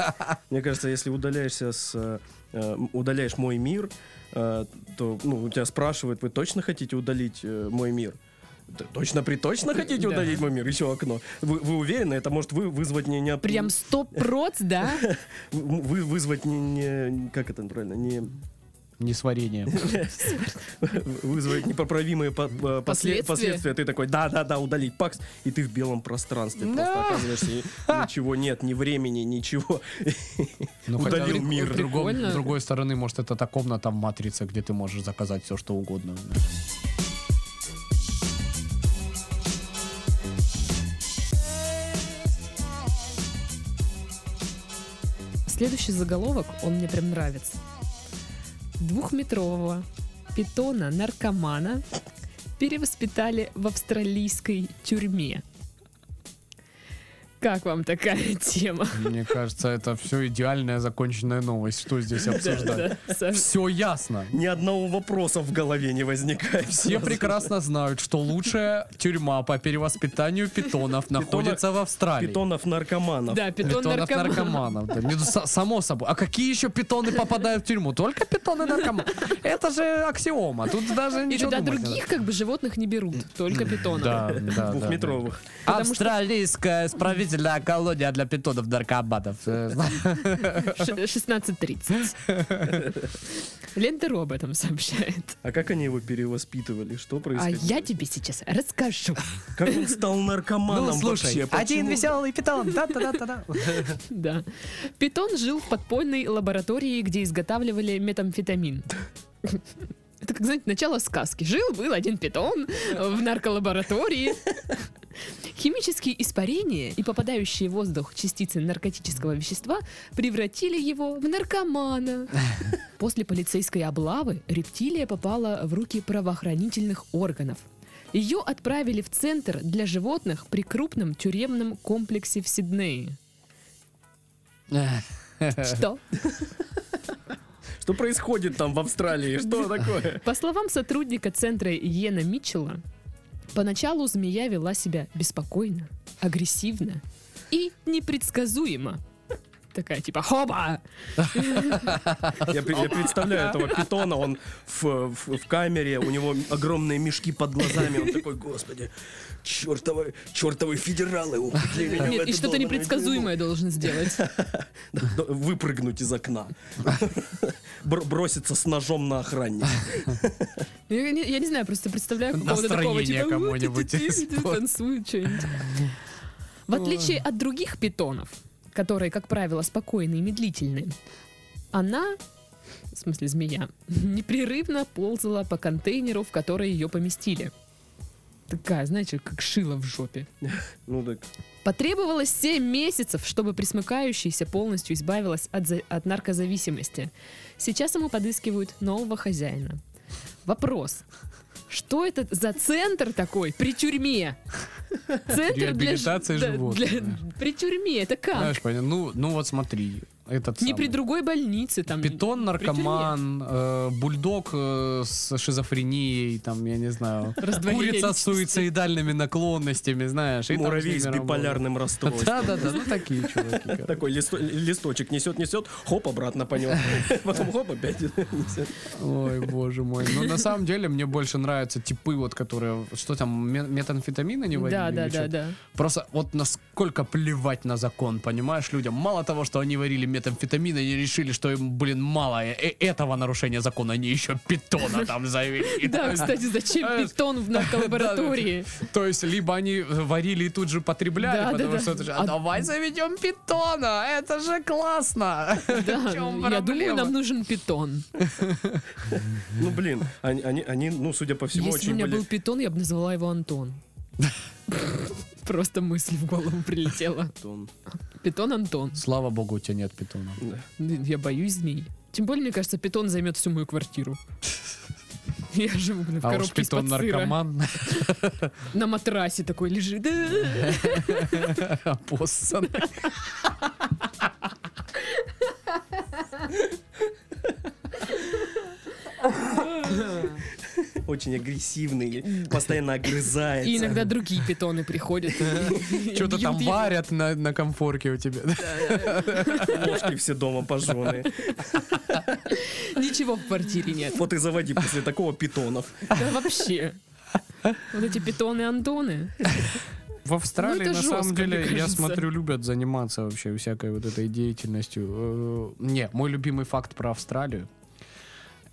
А,
Мне кажется, если удаляешься с... э, э, Удаляешь мой мир, э, то ну, у тебя спрашивают, вы точно хотите удалить э, мой мир? Т- Точно, при точно хотите
Э, Да.
удалить мой мир? Еще окно. Вы, вы уверены? Это может вы, вызвать не... не
ну.
Прям стоп проц, да?
Вы, вызвать не, не- Как это правильно? Не...
Не с вареньем.
вызвать непоправимые по- по-
Последствия.
после- последствия. Ты такой, да-да-да, удалить пакс, и ты в белом пространстве просто оказываешься. и Ничего нет, ни времени, ничего.
Ну,
Удалил
хотя,
мир.
С другом-
Прикольно.
с другой стороны, может, это та комната в матрице, где ты можешь заказать все, что угодно.
Следующий заголовок, он мне прям нравится. Двухметрового питона-наркомана перевоспитали в австралийской тюрьме. Как вам такая тема?
Мне кажется, это все идеальная законченная новость. Что здесь обсуждать?
Саш?
Все ясно.
Ни одного вопроса в голове не возникает.
Все
Сразу.
прекрасно знают, что лучшая тюрьма по перевоспитанию питонов находится в Австралии.
Питонов наркоманов.
Да,
Питонов
питон-наркоман.
наркоманов. да. Не, ну, са- само собой. А какие еще питоны попадают в тюрьму? Только питоны наркоманы. Это же аксиома. Тут даже
И
ничего
туда
думать не
а других как бы животных не берут, только питонов.
надо. Да, да, да, да.
Двухметровых.
Потому что-
Австралийская исправительная колония для питонов наркоманов. Э,
Ш- 16.30. Лента.ру об этом сообщает.
А как они его перевоспитывали? Что
А
происходило?
я тебе сейчас расскажу.
Как он стал наркоманом
Ну, слушай,
вообще?
один
Почему?
веселый питон. Да-да-да-да.
Да. Питон жил в подпольной лаборатории, где изготавливали метамфетамин. Это, как знаете, начало сказки. Жил-был один питон в нарколаборатории. Химические испарения и попадающие в воздух частицы наркотического вещества превратили его в наркомана. После полицейской облавы рептилия попала в руки правоохранительных органов. Ее отправили в центр для животных при крупном тюремном комплексе в Сиднее. Что?
Что происходит там в Австралии? Что такое?
По словам сотрудника центра Йена Митчелла, поначалу змея вела себя беспокойно, агрессивно и непредсказуемо. Такая типа «Хоба!»
Я, пре- я представляю этого питона, он в, в- в камере, у него огромные мешки под глазами, он такой, господи, чертовы, чертовы федералы упекли меня А в
Нет, и
эту
что-то
долбанную
непредсказуемое должен сделать.
тюрьму». Да, Выпрыгнуть из окна. Бр- броситься с ножом на охранника.
Ну, Я не, я не знаю, просто представляю какого-то такого
Настроение
типа «Вот,
кому-нибудь
ти- ти- ти- ти-
испортит.
танцует что-нибудь. В отличие от других питонов, которые, как правило, спокойны и медлительны, она, в смысле змея, непрерывно ползала по контейнеру, в который ее поместили. Такая, знаете, как шило в жопе.
Ну так.
Потребовалось 7 месяцев, чтобы присмыкающаяся полностью избавилась от, за- от наркозависимости. Сейчас ему подыскивают нового хозяина. Вопрос. Что это за центр такой при тюрьме? Центр для... ж-
Реабилитация
да,
животных,
для- При тюрьме, это как?
Знаешь, понятно. Ну, ну вот смотри, этот
Не
самый.
при другой больнице там.
Питон, наркоман, э, бульдог э, с шизофренией, там, я не знаю,
Раздвоение
курица с
личности.
суицидальными наклонностями, знаешь. и там
Муравей с
ними работают.
биполярным расстройством.
Да-да-да, ну такие чуваки. короче.
Такой листо- листочек несет, несет, хоп, обратно понес. Потом хоп, опять несет.
Ой, боже мой. Ну, на самом деле, мне больше нравятся типы, вот, которые... Что там, ме- метамфетамин они вводили
Да,
или
да, да,
что-то?
да.
Просто вот насколько плевать на закон, понимаешь, людям. Мало того, что они варили метамфетамин, они решили, что им, блин, мало э- э- этого нарушения закона, они еще питона там завели.
Да, кстати, зачем
Знаешь,
питон в нарколаборатории?
То есть, либо они варили и тут же
Да,
потребляли,
да,
потому
да.
что это же,
А-
а давай заведем питона, это же классно.
Да,
В чем
я думаю,
проблема?
нам нужен питон.
Ну блин, они, они, они, ну судя по всему,
Если бы у
очень
меня
были.
был питон, я бы назвала его Антон. Просто мысль в голову прилетела.
Тон.
Питон Антон.
Слава богу, у тебя нет питона.
Да.
Я боюсь змей. Тем более, мне кажется, питон займет всю мою квартиру. Я живу блин, в
А уж
коробке из-под
питон
сыра.
наркоман
На матрасе такой лежит.
опоссан.
Очень агрессивный, постоянно огрызается.
И иногда другие питоны приходят. и- и
Что-то там
бьют его.
варят на на комфорке у тебя.
Ложки все дома пожжены.
Ничего в квартире нет.
Вот и заводи после такого питонов.
Да вообще. Вот эти питоны Антоны.
В Австралии,
Ну, это
на самом
жестко, мне
деле, я
кажется.
смотрю, любят заниматься вообще всякой вот этой деятельностью. Э, Не, мой любимый факт про Австралию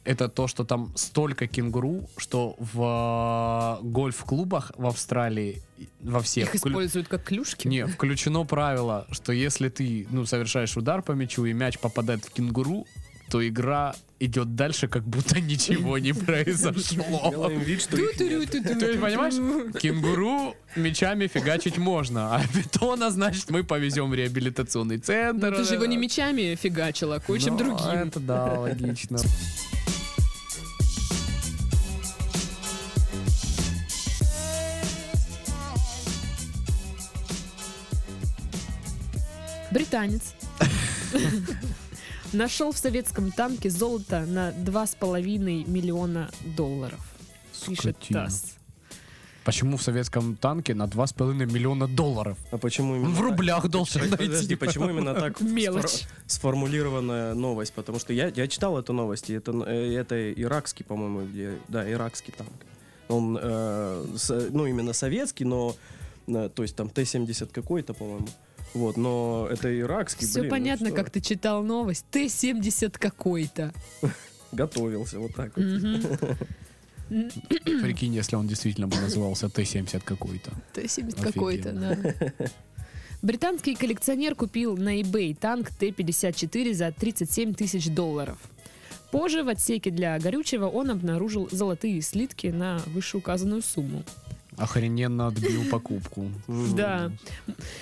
это то, что там столько кенгуру, что в э, гольф-клубах в Австралии и- во всех
Их
вклю-
используют как клюшки.
Не, включено правило, что если ты, ну, совершаешь удар по мячу и мяч попадает в кенгуру, то игра идет дальше, как будто ничего не произошло.
Делаем вид, что их нет.
Ту-ту-рю-ту-ту.
Ты понимаешь, кенгуру мечами фигачить можно, а питона, значит, мы повезем в реабилитационный
Ну,
центр.
ты же его не мечами фигачила, а кое-чем
Ну,
другим.
Это да, логично.
Британец. Нашел в советском танке золото на 2,5 миллиона долларов. Пишет
Скотина.
ТАСС.
Почему в советском танке на 2,5 миллиона долларов?
А почему именно
Он в
так?
рублях должен
Подожди,
найти.
почему именно так
Мелочь.
сфор- сформулированная новость? Потому что я, я читал эту новость, и это, э, это иракский, по-моему, где, да, иракский танк. Он, э, с- ну, именно советский, но, э, то есть там Т-70 какой-то, по-моему. Вот, но это иракский,
Все
блин, ну
понятно,
что?
как ты читал новость. Т-70 какой-то.
Готовился вот так вот.
Мгм. М,
Прикинь, если он действительно бы назывался Т-70 какой-то.
Т-70
Офигенно.
какой-то, да. Британский коллекционер купил на eBay танк Т-54 за 37 тысяч долларов. Позже в отсеке для горючего он обнаружил золотые слитки на вышеуказанную сумму.
Охрененно отбил покупку.
М,
Да.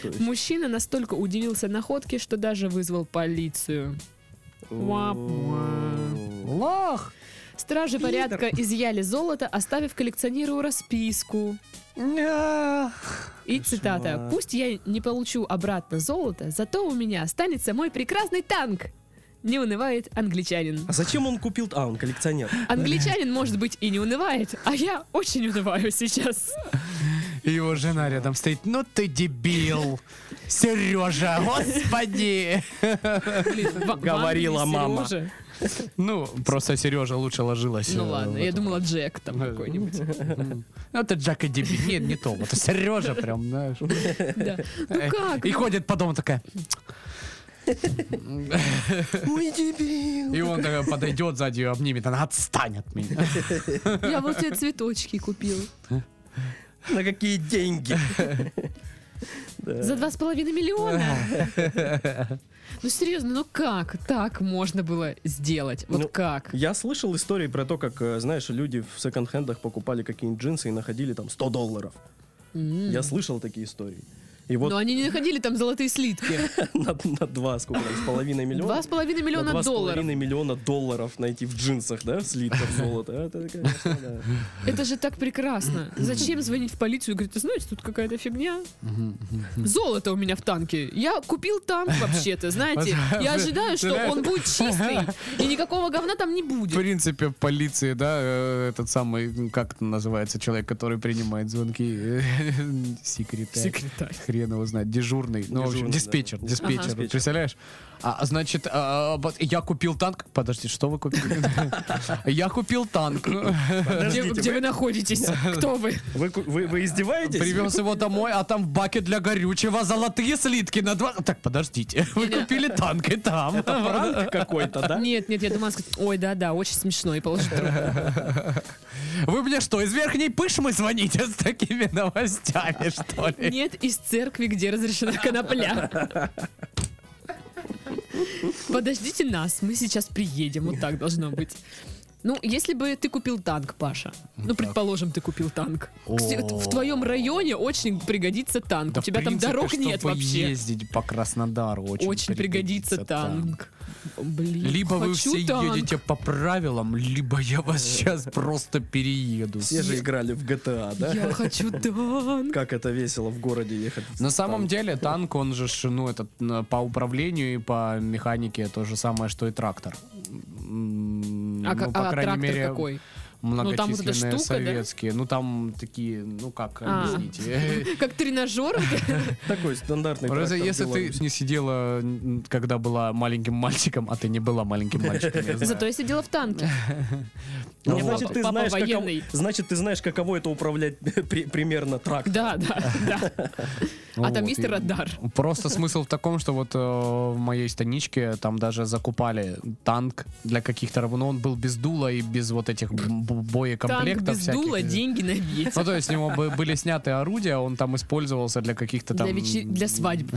то есть-
Мужчина настолько удивился находке, что даже вызвал полицию. Уап-уап.
Лах!
Стражи порядка изъяли золото, оставив коллекционеру расписку. И цитата.
Кошмар.
«Пусть я не получу обратно золото, зато у меня останется мой прекрасный танк!» Не унывает англичанин.
А зачем он купил? А, он коллекционер.
Англичанин, может быть, и не унывает, а я очень унываю сейчас.
И его жена рядом стоит. Ну ты дебил! Сережа, господи!
Блин, в- в Англии
Говорила мама.
Серёжа.
Ну, просто Сережа лучше ложилась.
Ну
э,
ладно,
в
я
этом.
думала Джек там какой-нибудь.
М. Ну, это Джак и Дебил. Нет, не то. Вот Сережа прям, знаешь.
Да. Ну
Э,
как?
И ходит по дому такая.
Ой, дебил.
И он такая подойдет сзади ее обнимет. Она отстань от меня.
Я вот тебе цветочки купил.
На какие деньги?
За два с половиной миллиона. Ну серьезно, ну как так можно было сделать?
Ну,
Вот как?
Я слышал истории про то, как, э, знаешь, люди в секонд-хендах покупали какие-нибудь джинсы и находили там 100 долларов.
М.
Я слышал такие истории. И вот
Но они не находили там золотые слитки.
на, на два, сколько там, с половиной миллиона.
Два с половиной
на
миллиона
два с
долларов.
половиной миллиона долларов найти в джинсах, да, в слитках золота. Это, конечно, да.
Это же так прекрасно. Зачем звонить в полицию и говорить, ты знаешь, тут какая-то фигня. Золото у меня в танке. Я купил танк вообще-то, знаете. Я ожидаю, что он будет чистый. И никакого говна там не
В
будет.
принципе, полиции, да, э, этот самый, ну, как это называется, человек, который принимает звонки, э, секретарь.
Секретарь.
Хрен его знает, дежурный, ну, в общем,
Дежурный, да.
диспетчер,
Ага.
диспетчер,
Диспетчер.
представляешь? А, значит, а, бот- я купил танк, подожди, что вы купили? Я купил танк,
Где,
Подождите,
где
вы-
вы находитесь? Кто вы?
вы ку- вы- вы издеваетесь?
привез его домой, а там в баке для горючего золотые слитки на два... Так, подождите, вы купили танк и там.
Пранк какой-то, да?
Нет, нет, я думала сказать, ой, да-да, очень смешно, и положить трубку.
Вы мне что, из верхней пышмы звоните с такими новостями, что ли?
Нет, из церкви, где разрешена конопля. Подождите нас, мы сейчас приедем, вот так должно быть. Ну, если бы ты купил танк, Паша. Ну, предположим, ты купил танк. Кстати, В твоем районе очень пригодится танк.
Да,
У тебя
в
там
принципе,
дорог нет
чтобы
вообще.
ездить по Краснодару очень,
Очень пригодится танк. Блин,
Либо вы
хочу
все
танк.
едете по правилам, либо я вас сейчас просто перееду.
Все же играли в GTA, да?
Я хочу танк.
Как это весело в городе ехать.
На самом деле танк, он же, ж, ну, этот, н- по управлению и по механике то же самое, что и трактор. М,
А,
ну,
ка-
по
а
крайней
трактор
мере,
какой? Ну, там вот эта
Многочисленные
штука, да?
советские. Ну, там такие, ну как,
А.
объясните.
Как тренажер?
Такой стандартный
Просто
трактор
если ты
белорусский.
не сидела, м, когда была маленьким мальчиком, а ты не была маленьким мальчиком, я знаю.
Зато я сидела в танке.
Ну,
Мне
значит,
папа-
ты
папа
знаешь, каково-
военный.
значит, ты знаешь, каково это управлять при- примерно трактом.
Да, да, да. А там
Вот,
есть
и-
радар.
Просто смысл в таком, что вот э, в моей станичке там даже закупали танк для каких-то, раб- но он был без дула и без вот этих б- б-
Танк
боекомплектов
без
всяких.
дула, деньги на ветер.
Ну, то есть, у него бы- были сняты орудия, он там использовался для каких-то там...
Для, вече- для свадьб.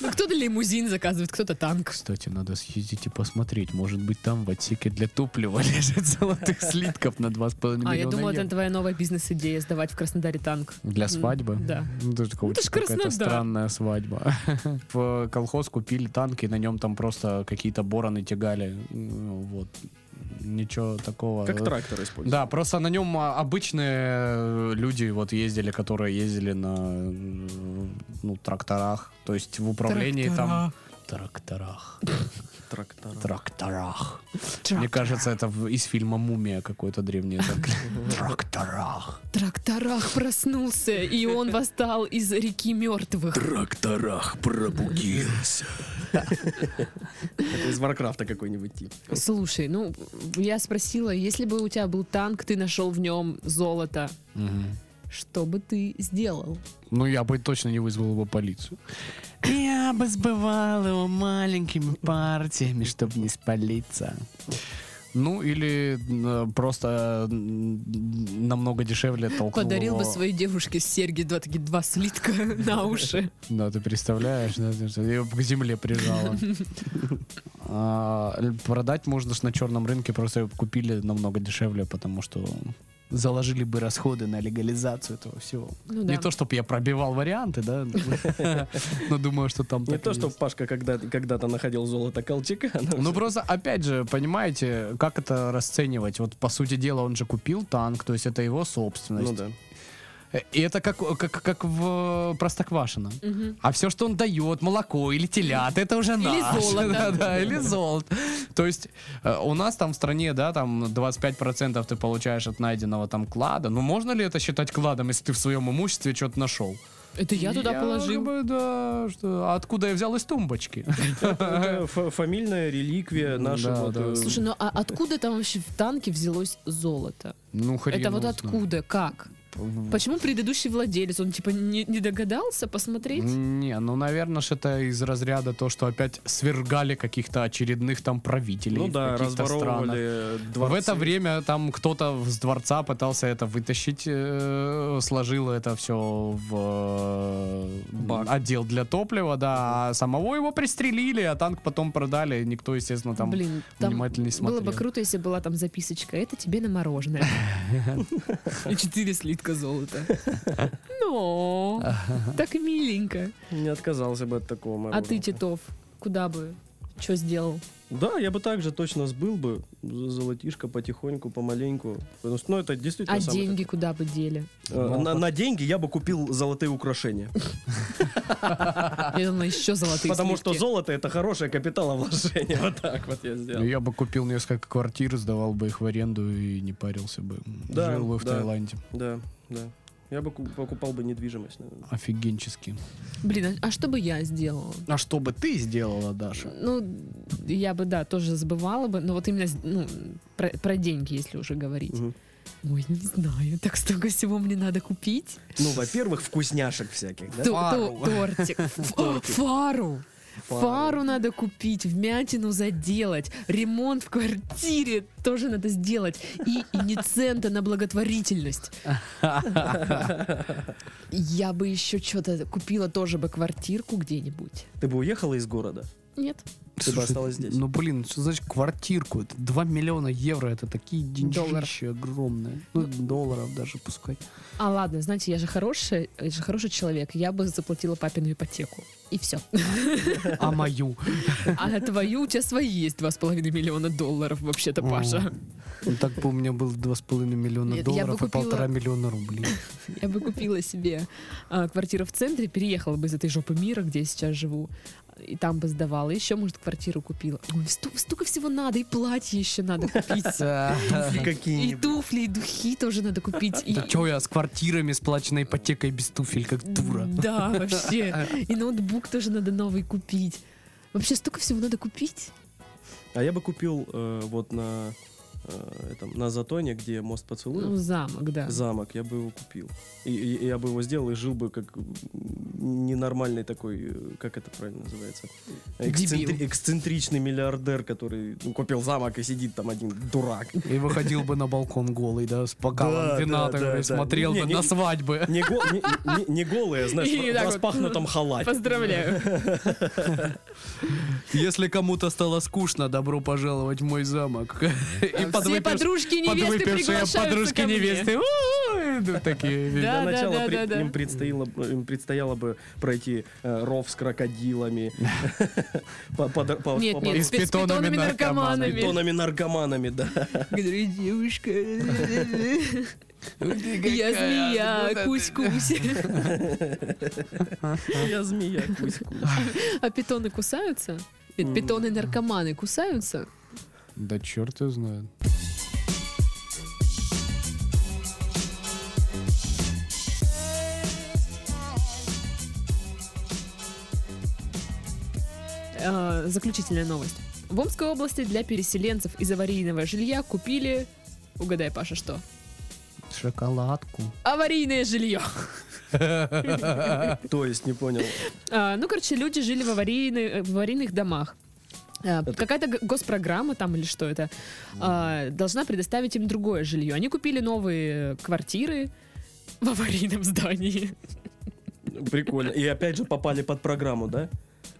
Ну, кто-то лимузин заказывает, кто-то танк.
Кстати, надо съездить и посмотреть. Может быть, там в отсеке для топлива лежит золотых слитков на 2,5 миллиона
А я думала,
евро.
это твоя новая бизнес-идея сдавать в Краснодаре танк.
Для
М,
свадьбы?
Да.
Ну, это же какой-
это ж
какая-то
Краснодар.
странная свадьба. В колхоз купили танки, на нем там просто какие-то бороны тягали. Ну, Вот. Ничего такого.
Как трактор используется.
Э, Да, просто на нем а, обычные э, люди вот ездили, которые ездили на э, ну, тракторах, то есть в управлении там... Тракторах.
Трактор.
Тракторах. Мне кажется, это в- из фильма «Мумия» какой-то древний. танк. Тракторах.
Тракторах проснулся, и он восстал из реки мертвых.
Тракторах пробудился.
Это из Варкрафта какой-нибудь тип.
Слушай, ну, я спросила, если бы у тебя был танк, ты нашел в нем золото, что бы ты сделал?
Ну, я бы точно не вызвал его полицию. Я бы сбывал его маленькими партиями, чтобы не спалиться. Ну, или э, просто м, намного дешевле толкнул
Подарил бы
его.
своей девушке серьги, два такие два слитка на уши.
Да, ты представляешь, да, ты что, я его к земле прижала. А, л- Продать можно ж на черном рынке, просто его купили намного дешевле, потому что заложили бы расходы на легализацию этого всего.
Ну
Не
да.
то, чтобы я пробивал варианты, да, но думаю, что там
Не
так и
то, что
есть.
Пашка когда- когда-то находил золото Колчака. но
Ну просто, опять же, понимаете, как это расценивать? Вот, по сути дела, он же купил танк, то есть это его собственность.
Ну да.
Э, И это как, как, как в э, Простоквашино.
Мгм.
А все, что он дает, молоко или телят, это уже наше.
золото.
Да, да, или золото. То есть э, у нас там в стране, да, там 25% ты получаешь от найденного там клада. Ну можно ли это считать кладом, если ты в своем имуществе что-то нашел?
Это я туда
как
положил.
бы, да, что- а откуда я взял из тумбочки?
Ну, Это фа- фамильная реликвия нашего...
Да,
вот,
да.
э,
Слушай, ну а откуда там вообще в танке взялось золото?
Ну, хрен
Это вот
его знает.
откуда? Как? Почему предыдущий владелец? Он типа не, не догадался посмотреть?
Не, ну, наверное, ж это из разряда то, что опять свергали каких-то очередных там правителей.
Ну
в
да,
каких-то странах.
разворовывали
В
дворцы.
это время там кто-то с дворца пытался это вытащить, э, сложил это все в э,
Бак.
отдел для топлива, да, а самого его пристрелили, а танк потом продали, и никто, естественно, там...
Блин, там
внимательней
было бы
смотрел.
круто, если была там записочка. Это тебе на мороженое. И четыре слитка золота. Ну, так миленько.
Не отказался бы от такого
А ты,
мороженого.
Титов, куда бы? Что сделал?
Да, я бы также точно сбыл бы з- золотишко потихоньку, помаленьку. Потому что, ну, это действительно...
А
самый
деньги куда бы дели?
такой- Э, На, на деньги я бы купил золотые украшения.
Я думала, еще золотые
Потому что
слитки.
золото это хорошее капиталовложение. Вот так вот я
Ну,
сделал.
я бы купил несколько квартир, сдавал бы их в аренду и не парился бы.
Да,
Жил бы в
да.
Таиланде.
Да, да. Я бы ку- покупал бы недвижимость, наверное.
Офигенчески.
Блин, а а что бы я сделала?
А что бы ты сделала, Даша?
Ну, я бы, да, тоже забывала бы, но вот именно ну, про, про деньги, если уже говорить.
Мгм.
Ой, не знаю, так столько всего мне надо купить.
Ну, во-первых, вкусняшек всяких, да?
Ту- ту- Тортик. Ф- Фару. Фару надо купить, вмятину заделать, ремонт в квартире тоже надо сделать. И, и ни цента на благотворительность. Я бы еще что-то купила тоже бы квартирку где-нибудь.
Ты бы уехала из города?
Нет.
Ты бы осталась здесь?
Ну, блин, что значит квартирку? Это 2 миллиона евро, это такие деньжища огромные. Ну, долларов даже пускай.
А ладно, знаете, я же хороший, я же хороший человек. Я бы заплатила папину ипотеку. И все.
А мою?
А на твою у тебя свои есть 2,5 миллиона долларов вообще-то,
О,
Паша.
Ну, так бы у меня было 2,5 миллиона
Нет, я бы
долларов и
купила-
полтора миллиона рублей.
Я бы купила себе а, квартиру в центре, переехала бы из этой жопы мира, где я сейчас живу, и там бы сдавала. Еще, может, квартиру купила. Ой, сто- столько всего надо, и платье еще надо купить.
Туфли
И
какие-нибудь.
туфли, и духи тоже надо купить. и-
Да чё я с квартирами, с плаченной ипотекой без туфель, как дура?
Да, вообще. И ноутбук тоже надо новый купить. Вообще столько всего надо купить.
А я бы купил э, вот на э, этом на Затоне, где мост
Ну,
поцелуев.
замок, да.
Замок, я бы его купил. И, и- и я бы его сделал и жил бы как м, ненормальный такой, э, как это правильно называется? Эксцентри-
Дебил.
Эксцентричный миллиардер, который ну, купил замок и сидит там один дурак.
И выходил бы на балкон голый, да, с бокалом
Да,
вина,
да,
так,
да,
и
да.
смотрел
Не,
бы
не-
на свадьбы.
Не, го- не- не- не голый, а, знаешь,
И
в
так вот.
распахнутом халате.
Поздравляю.
Если кому-то стало скучно, добро пожаловать в мой замок. И
Все подружки и невесты приглашаются
подружки
ко мне.
невесты. «Ууу!» идут Такие.
Да,
Для
да,
начала
да,
при-
да, да.
им, предстояло, им предстояло бы пройти э, ров с крокодилами, по- подо- по-
Нет,
по-
нет,
с питонами,
наркоманами.
бетонами наркоманами, да.
Говорю, девушка. Я
Ну, да,
змея,
ты-
кусь-кусь.
Я змея, кусь-кусь.
А питоны кусаются? Нет, питоны наркоманы кусаются?
Да черт его знает.
Э, Заключительная новость. В Омской области для переселенцев из аварийного жилья купили... Угадай, Паша, что?
Шоколадку.
Аварийное жилье.
То есть, не понял.
А, ну, короче, люди жили в, аварийны- в аварийных домах. А, Какая-то г- госпрограмма там или что это а, должна предоставить им другое жилье. Они купили новые квартиры в аварийном здании.
Прикольно. И опять же попали под программу, да?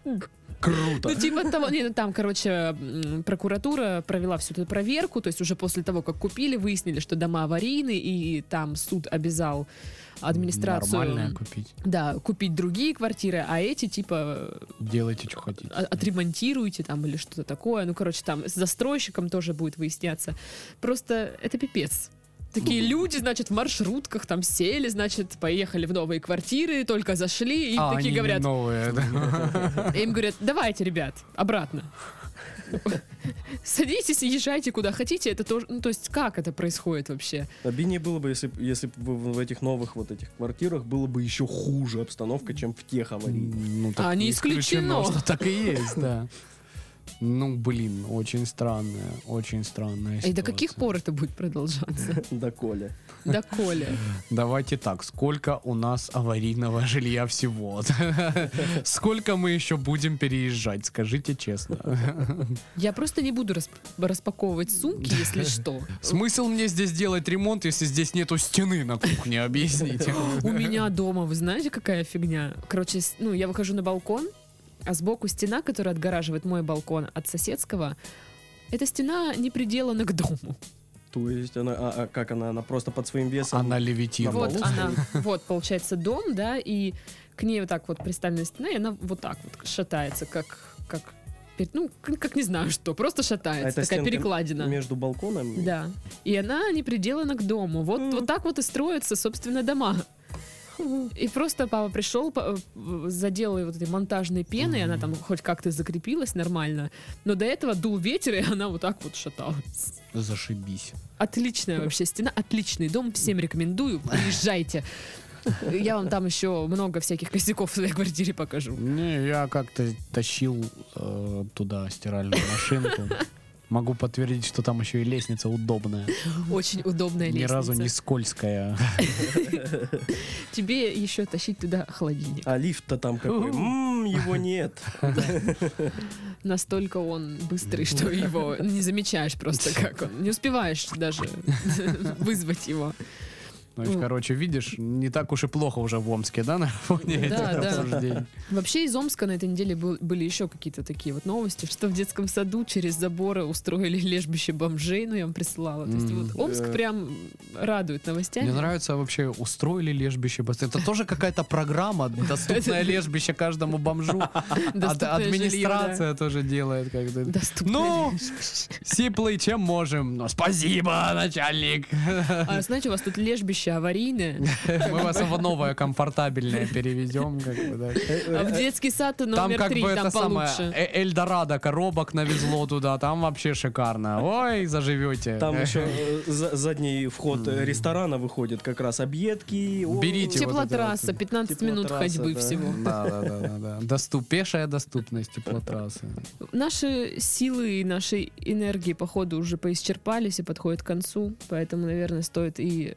Ну,
Круто.
типа того, не, ну, там, короче, м, прокуратура провела всю эту проверку, то есть уже после того, как купили, выяснили, что дома аварийные, и там суд обязал администрацию
Нормальное купить.
да, купить другие квартиры, а эти, типа,
Делайте, что хотите.
о- отремонтируйте там или что-то такое. Ну, короче, там с застройщиком тоже будет выясняться. Просто это пипец. Такие
Ну,
люди, значит, в маршрутках там сели, значит, поехали в новые квартиры, только зашли, и им
А, они
такие
не
говорят,
новые, да.
им говорят, давайте, ребят, обратно. Садитесь и езжайте куда хотите. Это тоже, ну, то есть, как это происходит вообще?
Обиднее было бы, если, б- если бы в в этих новых вот этих квартирах было бы еще хуже обстановка, чем в тех аварийных.
Ну, так
А, не исключено.
что так и есть, да.
Ну, блин, очень странная, очень странная
И
ситуация.
до каких пор это будет продолжаться?
Да, Коля.
До Коля.
Давайте так, сколько у нас аварийного жилья всего? Сколько мы еще будем переезжать, скажите честно.
Я просто не буду расп- распаковывать сумки, если что.
Смысл мне здесь делать ремонт, если здесь нету стены на кухне, объясните.
У меня дома, вы знаете, какая фигня? Короче, с- ну, я выхожу на балкон, а сбоку стена, которая отгораживает мой балкон от соседского, эта стена не приделана к дому.
То есть она, а, а как она, она просто под своим весом.
Она
Вот
левитировала.
Вот
Волос?
она, вот, получается, дом, да, и к ней вот так вот приставлена стена, и она вот так вот шатается, как, как, пер- ну, к- как не знаю что, просто шатается,
это
такая
стенка
перекладина.
Между балконом. и-
Да. И она не приделана к дому. Вот,
М.
вот так вот и строятся, собственно, дома. И просто папа пришел, па- э, задел ее вот этой монтажной пеной, и она там хоть как-то закрепилась нормально. Но до этого дул ветер, и она вот так вот шаталась.
Зашибись.
Отличная вообще стена, отличный дом. Всем рекомендую. Приезжайте. Я вам там еще много всяких косяков в своей квартире покажу.
Не, я как-то тащил э, туда стиральную машинку. Могу подтвердить, что там еще и лестница удобная.
Очень удобная
Ни
лестница.
разу не скользкая.
Тебе еще тащить туда холодильник.
А лифт-то там какой? М, его нет.
Настолько он быстрый, что его не замечаешь просто, как он. Не успеваешь даже вызвать его.
Ну, и, короче, видишь, не так уж и плохо уже в Омске, да, на фоне этих
Да, да.
обсуждений?
Вообще из Омска на этой неделе был- были еще какие-то такие вот новости, что в детском саду через заборы устроили лежбище бомжей, ну я вам присылала. То есть
Мгм. ну,
вот Омск
Э.
прям радует новостями.
Мне нравится вообще, устроили лежбище. бос- Это тоже какая-то программа, доступное лежбище каждому бомжу. Ад-
Доступное жилье,
а Администрация тоже делает как-то.
да. Доступное
Ну,
жилье.
сиплый, чем можем. Ну, спасибо, начальник.
А знаете, у вас тут лежбище аварийное,
Мы вас в новое комфортабельное переведем. Как бы, да.
Э,
а в детский сад
Там
номер
как
три,
бы это
там
самое,
получше.
э, Эльдорадо коробок навезло туда, там вообще шикарно. Ой, заживете.
Там еще э, за- задний вход э, ресторана выходит как раз объедки. о,
Берите. вот это вот.
Теплотрасса, 15 минут
Теплотрасса,
ходьбы
да.
всего.
Да, да, да, да, да. Доступ, пешая доступность теплотрассы.
Наши силы и наши энергии, походу, уже поисчерпались и подходят к концу, поэтому, наверное, стоит и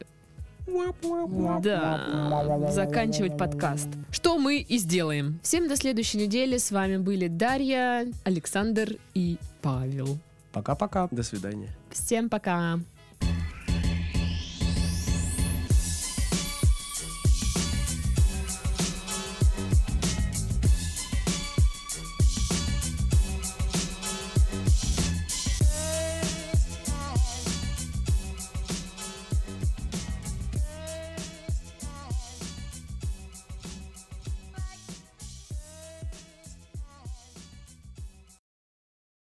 да, заканчивать подкаст. Что мы и сделаем. Всем до следующей недели. С вами были Дарья, Александр и Павел.
Пока-пока.
До свидания.
Всем пока.